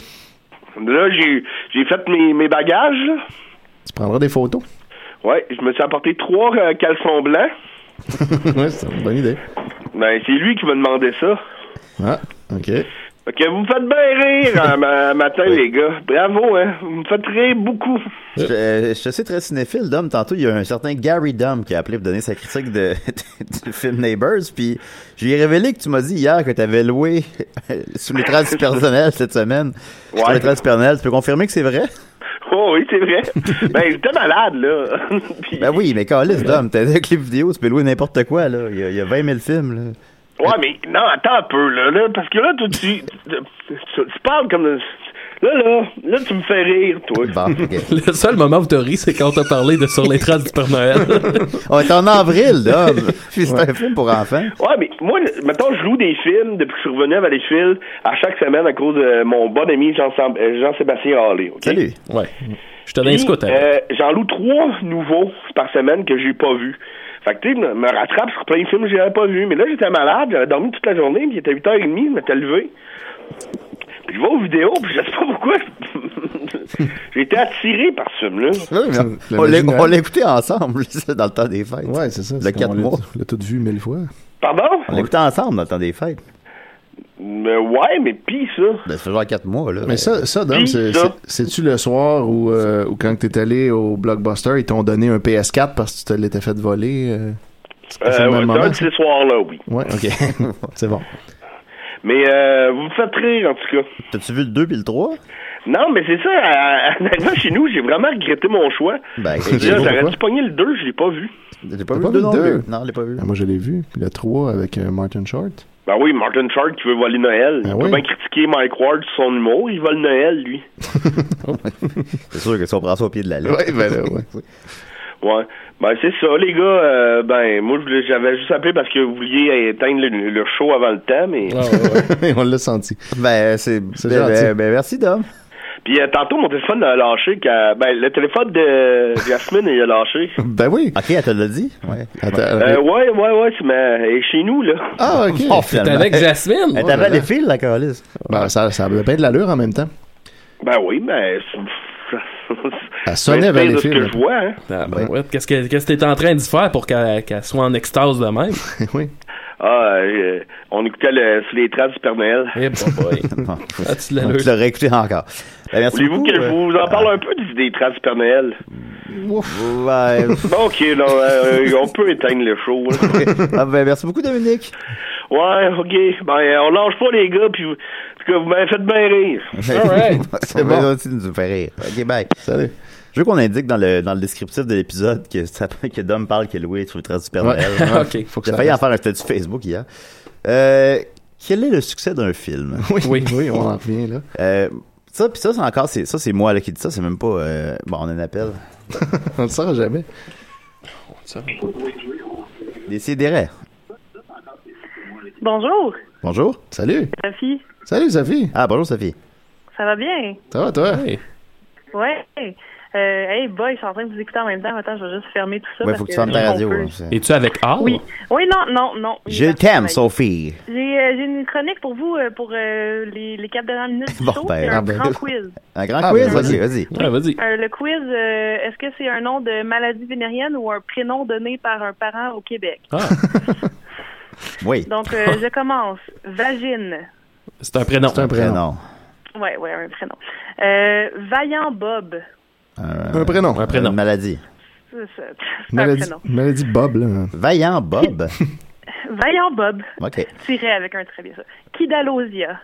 C: Là, j'ai j'ai fait mes, mes bagages. là.
F: Tu prendras des photos.
C: Ouais, je me suis apporté trois euh, caleçons blancs.
F: ouais, c'est une bonne idée.
C: Ben, c'est lui qui m'a demandé ça.
F: Ah, OK.
C: Fait que vous me faites bien rire un ma- matin, les gars. Bravo, hein. Vous me faites rire beaucoup.
D: Je, euh, je sais très cinéphile, Dom. Tantôt, il y a un certain Gary Dom qui a appelé pour donner sa critique de, du film Neighbors. Puis, je lui ai révélé que tu m'as dit hier que tu avais loué euh, sous les traces du personnel cette semaine. Sous
C: Ouais.
D: les traces du personnel. Tu peux confirmer que c'est vrai?
C: Oh oui, c'est vrai. ben, j'étais malade, là. Puis-
D: Ben oui, mais Calis, Dom, t'as des clips vidéo, tu peux louer n'importe quoi, là. Il y, a, il y a 20 000 films, là.
C: Ouais, mais non, attends un peu, là. là parce que là, toi, tu, tu, tu- tu parles comme... Là, là, là, tu me fais rire, toi.
D: Bon, ok.
G: Le seul moment où t'as ri, c'est quand t'as parlé de Sur les traces du Père Noël.
D: On est en avril, Dom. Puis c'est un film pour enfants.
C: Ouais, mais moi, le- mettons, je loue des films depuis que je suis revenu à Valleyfield à chaque semaine à cause de mon bon ami Jean- euh, Jean-Sébastien Hallé. ok?
D: Salut.
G: Ouais. Je te
C: Puis,
G: donne un scout, hein.
C: euh, J'en loue trois nouveaux par semaine que j'ai pas vus. Fait que, tu sais, me me rattrape sur plein de films que j'avais pas vus. Mais là, j'étais malade, j'avais dormi toute la journée, puis il était 8h30, je m'étais levé. Puis je vais aux vidéos, puis je sais pas pourquoi. je- j'ai été attiré par ce film-là.
D: Oui, mais on-
F: Le
D: on l'a-
F: Noël.
D: on l'a écouté ensemble, ça, dans le temps des fêtes.
F: Ouais, c'est ça.
D: Le
F: c'est comme
D: 4
F: on l'a-
D: mois.
F: On l'a tout vu mille fois.
C: Pardon?
D: On l'a écouté ensemble dans le temps des fêtes.
C: Mais ouais, mais pis ça.
D: Ben, ça fait genre 4 mois, là.
F: Mais ça, ça Dom,
C: Puis
F: c'est-
C: ça.
F: c'est- c'est-tu le soir où, euh, où quand t'es allé au Blockbuster, ils t'ont donné un PS4 parce que tu te l'étais fait voler? euh, c'est le
C: Euh,
F: même
C: ouais,
F: moment,
C: c'est un de
F: ça?
C: ces soirs-là, oui.
F: Ouais, OK. c'est bon.
C: Mais euh, vous me faites rire, en tout cas.
D: T'as-tu vu le 2 puis le 3?
C: Non, mais c'est ça, à- à- en arrivant chez nous, j'ai vraiment regretté mon choix.
D: Ben,
C: Là,
D: j'ai
C: j'aurais
F: pourquoi?
C: dû pogner le 2, je l'ai pas vu.
D: j'ai pas
F: T'as
D: vu
F: pas
D: le 2
F: vu
D: non
F: le deux?
D: plus. Non, je l'ai pas vu.
F: Ah, moi, je l'ai vu. Puis le 3 avec euh, Martin Short.
C: Ben oui, Martin Short qui veut voler Noël.
F: Ben
C: Il peut
F: oui.
C: bien critiquer Mike Ward sur son humour, il vole Noël, lui.
D: C'est sûr que si on prend ça au pied de la lettre.
F: Ouais, ben là, ouais.
C: Ouais. Ben c'est ça, les gars. euh, ben moi je voulais- j'avais juste appelé parce que vous vouliez éteindre le, le show avant le temps, mais.
F: on l'a senti.
D: Ben, c'est.
F: C'est
D: Ben,
F: gentil.
D: ben, ben, merci, Dom.
C: Puis euh, tantôt mon téléphone a lâché qu'à- ben le téléphone de Jasmine il a lâché.
F: Ben oui.
D: Ok, elle te l'a dit? Ouais.
F: Attends,
G: Ben
C: Euh, ouais, ouais, ouais, c'est ma... elle est chez nous, là.
F: Ah, ok.
D: Oh, finalement.
G: avec Jasmine.
D: Elle t'avait les fils, la Carlis.
F: Ben, ça, ça avait bien de l'allure en même temps.
C: Ben oui, ben.
F: Elle sonnait vers les
C: de ce
F: fils,
C: que
F: là.
C: je vois, hein.
G: Ah, ben ouais. Qu'est-ce que qu'est-ce que t'es en train d'y faire pour qu'elle qu'elle soit en extase de même?
F: oui.
C: Ah, euh, on écoutait le, sur les traces du Père Noël.
G: Eh bon, boy.
D: Bon,
G: As-tu de
D: on
G: l'allure?
D: te l'aurait écouté encore. Ben, merci
C: Voulez-vous
D: beaucoup.
C: que je
D: euh,
C: vous en parle un peu des, des traces du Père Noël?
D: ouais.
C: Bon, ok, là, euh, on peut éteindre le show, là.
D: Ah, ben, merci beaucoup, Dominique.
C: Ouais, ok. Ben, euh, on lâche pas les gars, puis vous- en tout cas, vous m'avez fait bien rire.
D: C'est bon. aussi de nous faire rire. OK, bye.
F: Salut.
D: Je veux qu'on indique dans le, dans le descriptif de l'épisode que, ça- que Dom parle que Louis est sur le trace du Père
G: Ben,
F: Ouais.
D: Noël.
G: Ok.
F: Faut que
D: J'ai
F: ça
D: failli en
F: reste.
D: faire un statut Facebook hier. Euh, quel est le succès d'un film?
F: Oui, oui, on en revient, là.
D: Euh, ça, puis ça, c'est encore, c'est, ça, c'est moi là, qui dis ça, c'est même pas. euh, bon, on a un appel.
F: On ne le saura jamais.
D: Décidérez.
I: Bonjour,
D: Bonjour.
F: Salut.
I: Sophie.
F: Salut, Sophie.
D: Ah, bonjour, Sophie.
I: Ça va bien?
F: Ça va, toi?
G: Ouais.
I: Ouais. Euh, hey, boy, je suis en train de vous écouter en même temps. Attends, je vais juste fermer tout ça.
D: Ouais,
I: parce
D: faut que tu fermes ta
I: je
D: radio.
I: comprends.
D: hein, c'est-
G: Es-tu avec A?
I: Oui. Oui, non, non, non. Il
D: Je
I: est parti,
D: t'aime,
I: mec.
D: Sophie.
I: J'ai euh, j'ai une chronique pour vous euh, pour euh, les, les quatre dernières minutes du
D: Bon,
I: show.
D: ben,
I: c'est
D: ah,
I: un
D: ben,
I: grand
D: là.
I: quiz.
D: Un grand
F: Ah,
D: quiz,
F: ben,
D: vas-y,
F: vas-y.
D: vas-y.
G: Ouais, vas-y.
I: Euh, le quiz, euh, est-ce que c'est un nom de maladie vénérienne ou un prénom donné par un parent au Québec?
G: Ah,
D: Oui.
I: Donc, euh, je commence. Vagine.
G: c'est un prénom.
F: C'est un prénom.
D: Prénom.
I: Ouais, ouais, un prénom. Euh, Vaillant Bob.
F: Un prénom.
G: Un prénom.
D: Une maladie.
I: Ça, ça, C'est un
F: Maladie,
I: prénom.
F: maladie Bob, là.
D: Vaillant Bob.
I: Vaillant Bob.
D: OK.
I: Tiré avec un très bien ça. Kidalosia.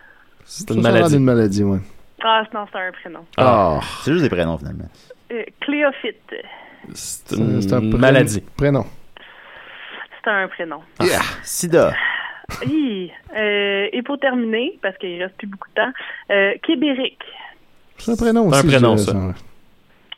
G: C'est
F: Ça,
G: une
F: ça a l'air
G: maladie.
F: d'une maladie, ouais.
I: Ah, non, c'est un prénom.
D: Ah. C'est juste des prénoms, finalement.
I: Euh, Cléophyte.
G: C'est
F: C'est- c'est un
G: une
F: prénom-
G: maladie.
F: Prénom.
I: C'est un prénom.
D: Sida.
I: Hi. Euh, et pour terminer, parce qu'il reste plus beaucoup de temps, euh, Kébéric.
F: C'est un prénom
G: C'est un
F: aussi.
G: prénom,
F: je-
G: ça.
F: ouais.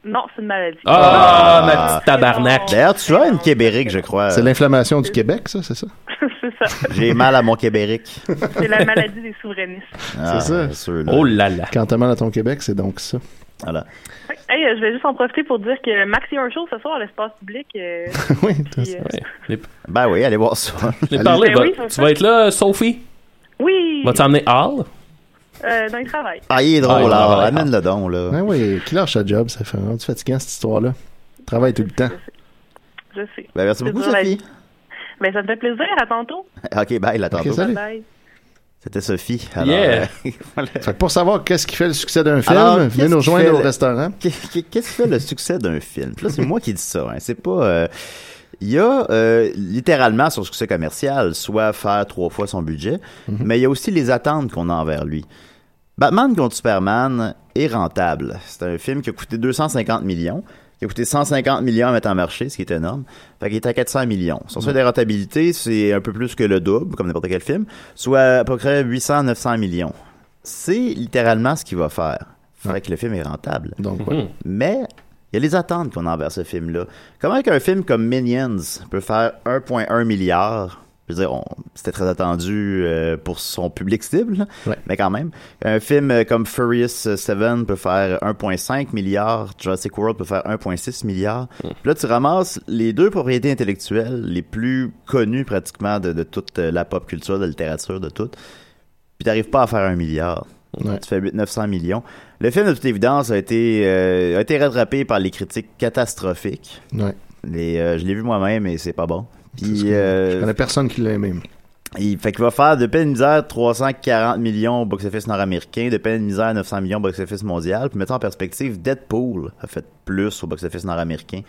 I: Non, c'est une maladie.
G: Ah, ma petite tabarnak.
D: D'ailleurs, tu as une Québérique, je crois.
G: Euh.
F: C'est l'inflammation du Québec, ça, c'est ça?
I: c'est ça.
D: J'ai mal à mon Québérique.
I: C'est la maladie des souverainistes.
D: Ah,
F: ça.
D: sûr, là.
G: Oh là là.
F: Quand t'as mal à ton Québec, c'est donc ça.
D: Voilà.
I: Hey, euh, je vais juste en profiter pour dire que Max y a un show ce soir à l'espace public. euh,
F: oui, toi,
I: puis, euh,
D: Ben oui, allez voir ça.
G: Les parler,
I: Ben
G: va-
I: oui, ça
G: tu
I: fait.
G: vas être là, Sophie?
I: oui,
G: Vas-tu emmener Hall?
I: euh, dans le travail.
D: Ah,
G: Ah, il
D: il est
G: est
D: drôle, là.
G: drôle.
D: Amène le don, là.
F: Ben oui, qui lâche sa job, ça fait rendu fatigant cette histoire-là. Travaille tout le temps.
I: Je sais.
D: Ben, merci beaucoup,
I: dur, la
D: Sophie.
I: Mais ça me fait plaisir. À tantôt.
D: OK, bye, là, tantôt.
F: Ok, salut.
I: Bye.
D: C'était Sophie. Alors,
G: Yeah.
D: euh, voilà.
F: Fait que pour savoir qu'est-ce qui fait le succès d'un film,
D: Alors, qu'est-ce
F: venez nous
D: qui fait
F: rejoindre au
D: le-
F: restaurant.
D: Qu'est- qu'est- Qu'est-ce qui fait le succès d'un film? Puis là, c'est moi qui dis ça. Hein. C'est pas... euh, Il y a euh, littéralement son succès commercial, soit faire trois fois son budget, mais il y a aussi les attentes qu'on a envers lui. Batman contre Superman est rentable. C'est un film qui a coûté 250 millions, qui a coûté 150 millions à mettre en marché, ce qui est énorme. Fait qu'il est à 400 millions. Son seuil de rentabilité, c'est un peu plus que le double, comme n'importe quel film, soit à peu près 800-900 millions. C'est littéralement ce qu'il va faire. Fait que le film est rentable.
F: Donc, ouais.
D: Mais il y a les attentes qu'on a envers ce film-là. Comment qu'un film comme Minions peut faire 1,1 milliard je veux dire, on- c'était très attendu euh, pour son public cible, là,
F: Ouais.
D: mais quand même. Un film euh, comme Furious 7 peut faire 1,5 milliard, Jurassic World peut faire 1,6 milliard. Puis là, tu ramasses les deux propriétés intellectuelles les plus connues pratiquement de, de toute euh, la pop culture, de la littérature, de tout. Puis t'arrives pas à faire un milliard.
F: Ouais.
D: Tu fais 8 900 millions. Le film, de toute évidence, a été, euh, a été rattrapé par les critiques catastrophiques.
F: ouais.
D: Les, euh, je l'ai vu moi-même et c'est pas bon.
F: C'est ce
D: Puis,
F: que-
D: euh,
F: Je connais personne qui l'a aimé.
D: il, fait qu'il va faire de peine et de misère 340 millions au box-office nord-américain, de peine et de misère 900 millions au box-office mondial. Puis mettons en perspective, Deadpool a fait plus au box-office nord-américain.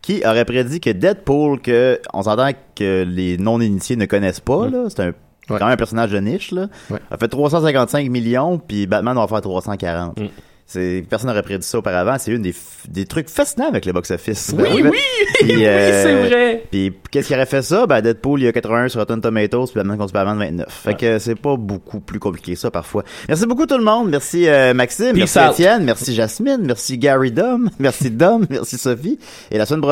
D: Qui aurait prédit que Deadpool, que on s'entend que les non-initiés ne connaissent pas, là, c'est un, quand même un personnage de niche, là,
F: Ouais.
H: Mm.
D: a fait 355 millions, puis Batman va faire 340. C'est, personne n'aurait prédit ça auparavant. C'est une des, f- des trucs fascinants avec le box-office. Ben
H: Oui,
D: ben-
H: oui,
D: Puis, euh,
H: oui, c'est vrai.
D: Puis qu'est-ce qui aurait fait ça? Ben, Deadpool, il y a 81 sur Rotten Tomatoes, puis la même qu'on se parle 29. Fait que c'est pas beaucoup plus compliqué que ça parfois. Merci beaucoup tout le monde. Merci euh, Maxime,
G: Peace
D: merci
G: out.
D: Étienne, merci Jasmine, merci Gary Dom, merci Dom, merci Sophie. Et la semaine prochaine,